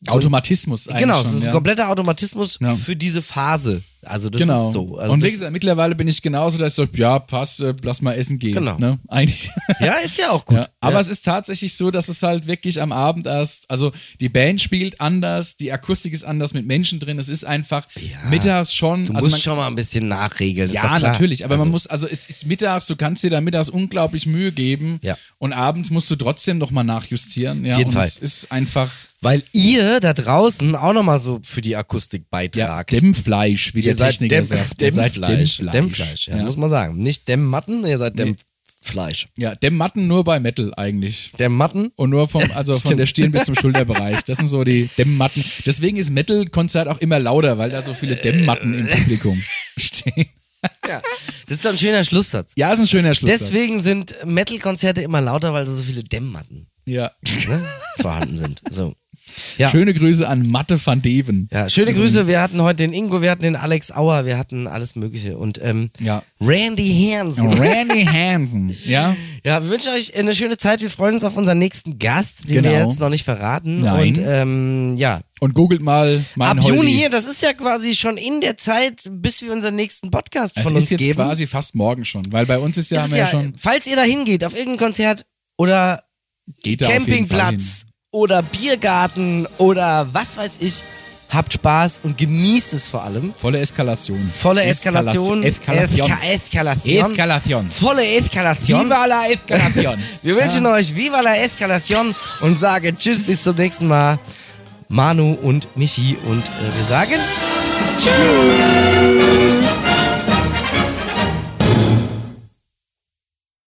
Automatismus eigentlich. genau, es schon, ist ein ja. kompletter Automatismus Ja. für diese Phase. Also das Genau. ist so. Also und wie das, gesagt, mittlerweile bin ich genauso, dass ich so, ja, passt, äh, lass mal essen gehen. Genau. Ne? Eigentlich. ja, ist ja auch gut. Ja, aber ja. es ist tatsächlich so, dass es halt wirklich am Abend erst, also die Band spielt anders, die Akustik ist anders mit Menschen drin. Es ist einfach mittags schon. du also musst man, schon mal ein bisschen nachregeln. ist doch ja, klar. natürlich, aber also, man muss, also es ist mittags, du kannst dir da mittags unglaublich Mühe geben Ja. und abends musst du trotzdem nochmal nachjustieren. Ja, Auf jeden und Fall. es ist einfach Weil ihr da draußen auch nochmal so für die Akustik ja, beitragt. Dämmfleisch, wie ihr der seid Techniker Dämm, sagt. Ihr seid Dämmfleisch. Dämmfleisch. Dämmfleisch, ja, muss man sagen. Nicht Dämmmatten, ihr seid Nee. Dämmfleisch. ja, Dämmmatten nur bei Metal eigentlich. Dämmmatten? Und nur vom, also von der Stirn bis zum Schulterbereich. Das sind so die Dämmmatten. Deswegen ist Metal-Konzert auch immer lauter, weil da so viele Dämmmatten im Publikum stehen. Ja. Das ist doch ein schöner Schlusssatz. Ja, ist ein schöner Schluss. Deswegen sind Metal-Konzerte immer lauter, weil da so viele Dämmmatten Ja. ne, vorhanden sind. So. Ja. Schöne Grüße an Matte van Deven. Ja, schöne Mhm. Grüße. Wir hatten heute den Ingo, wir hatten den Alex Auer, wir hatten alles Mögliche. Und ähm, Ja. Randy Hansen. Randy Hansen. Ja. Ja, wir wünschen euch eine schöne Zeit. Wir freuen uns auf unseren nächsten Gast, den wir Genau. jetzt noch nicht verraten. Nein. Und ähm, ja, Und googelt mal mein ab Holdi. Juni, das ist ja quasi schon in der Zeit, bis wir unseren nächsten Podcast Das von ist uns jetzt geben. quasi fast morgen schon, weil bei uns ist ja, Ist haben es wir ja, ja schon falls ihr da hingeht, auf irgendein Konzert oder geht da auf jeden Campingplatz oder Biergarten oder was weiß ich, habt Spaß und genießt es vor allem. Volle Eskalation. Volle Eskalation. Eskalation. Eska- Eskalation. Eskalation. Volle Eskalation. Viva la Eskalation. Wir wünschen euch Viva la Eskalation und sagen Tschüss, bis zum nächsten Mal. Manu und Michi und äh, wir sagen Tschüss.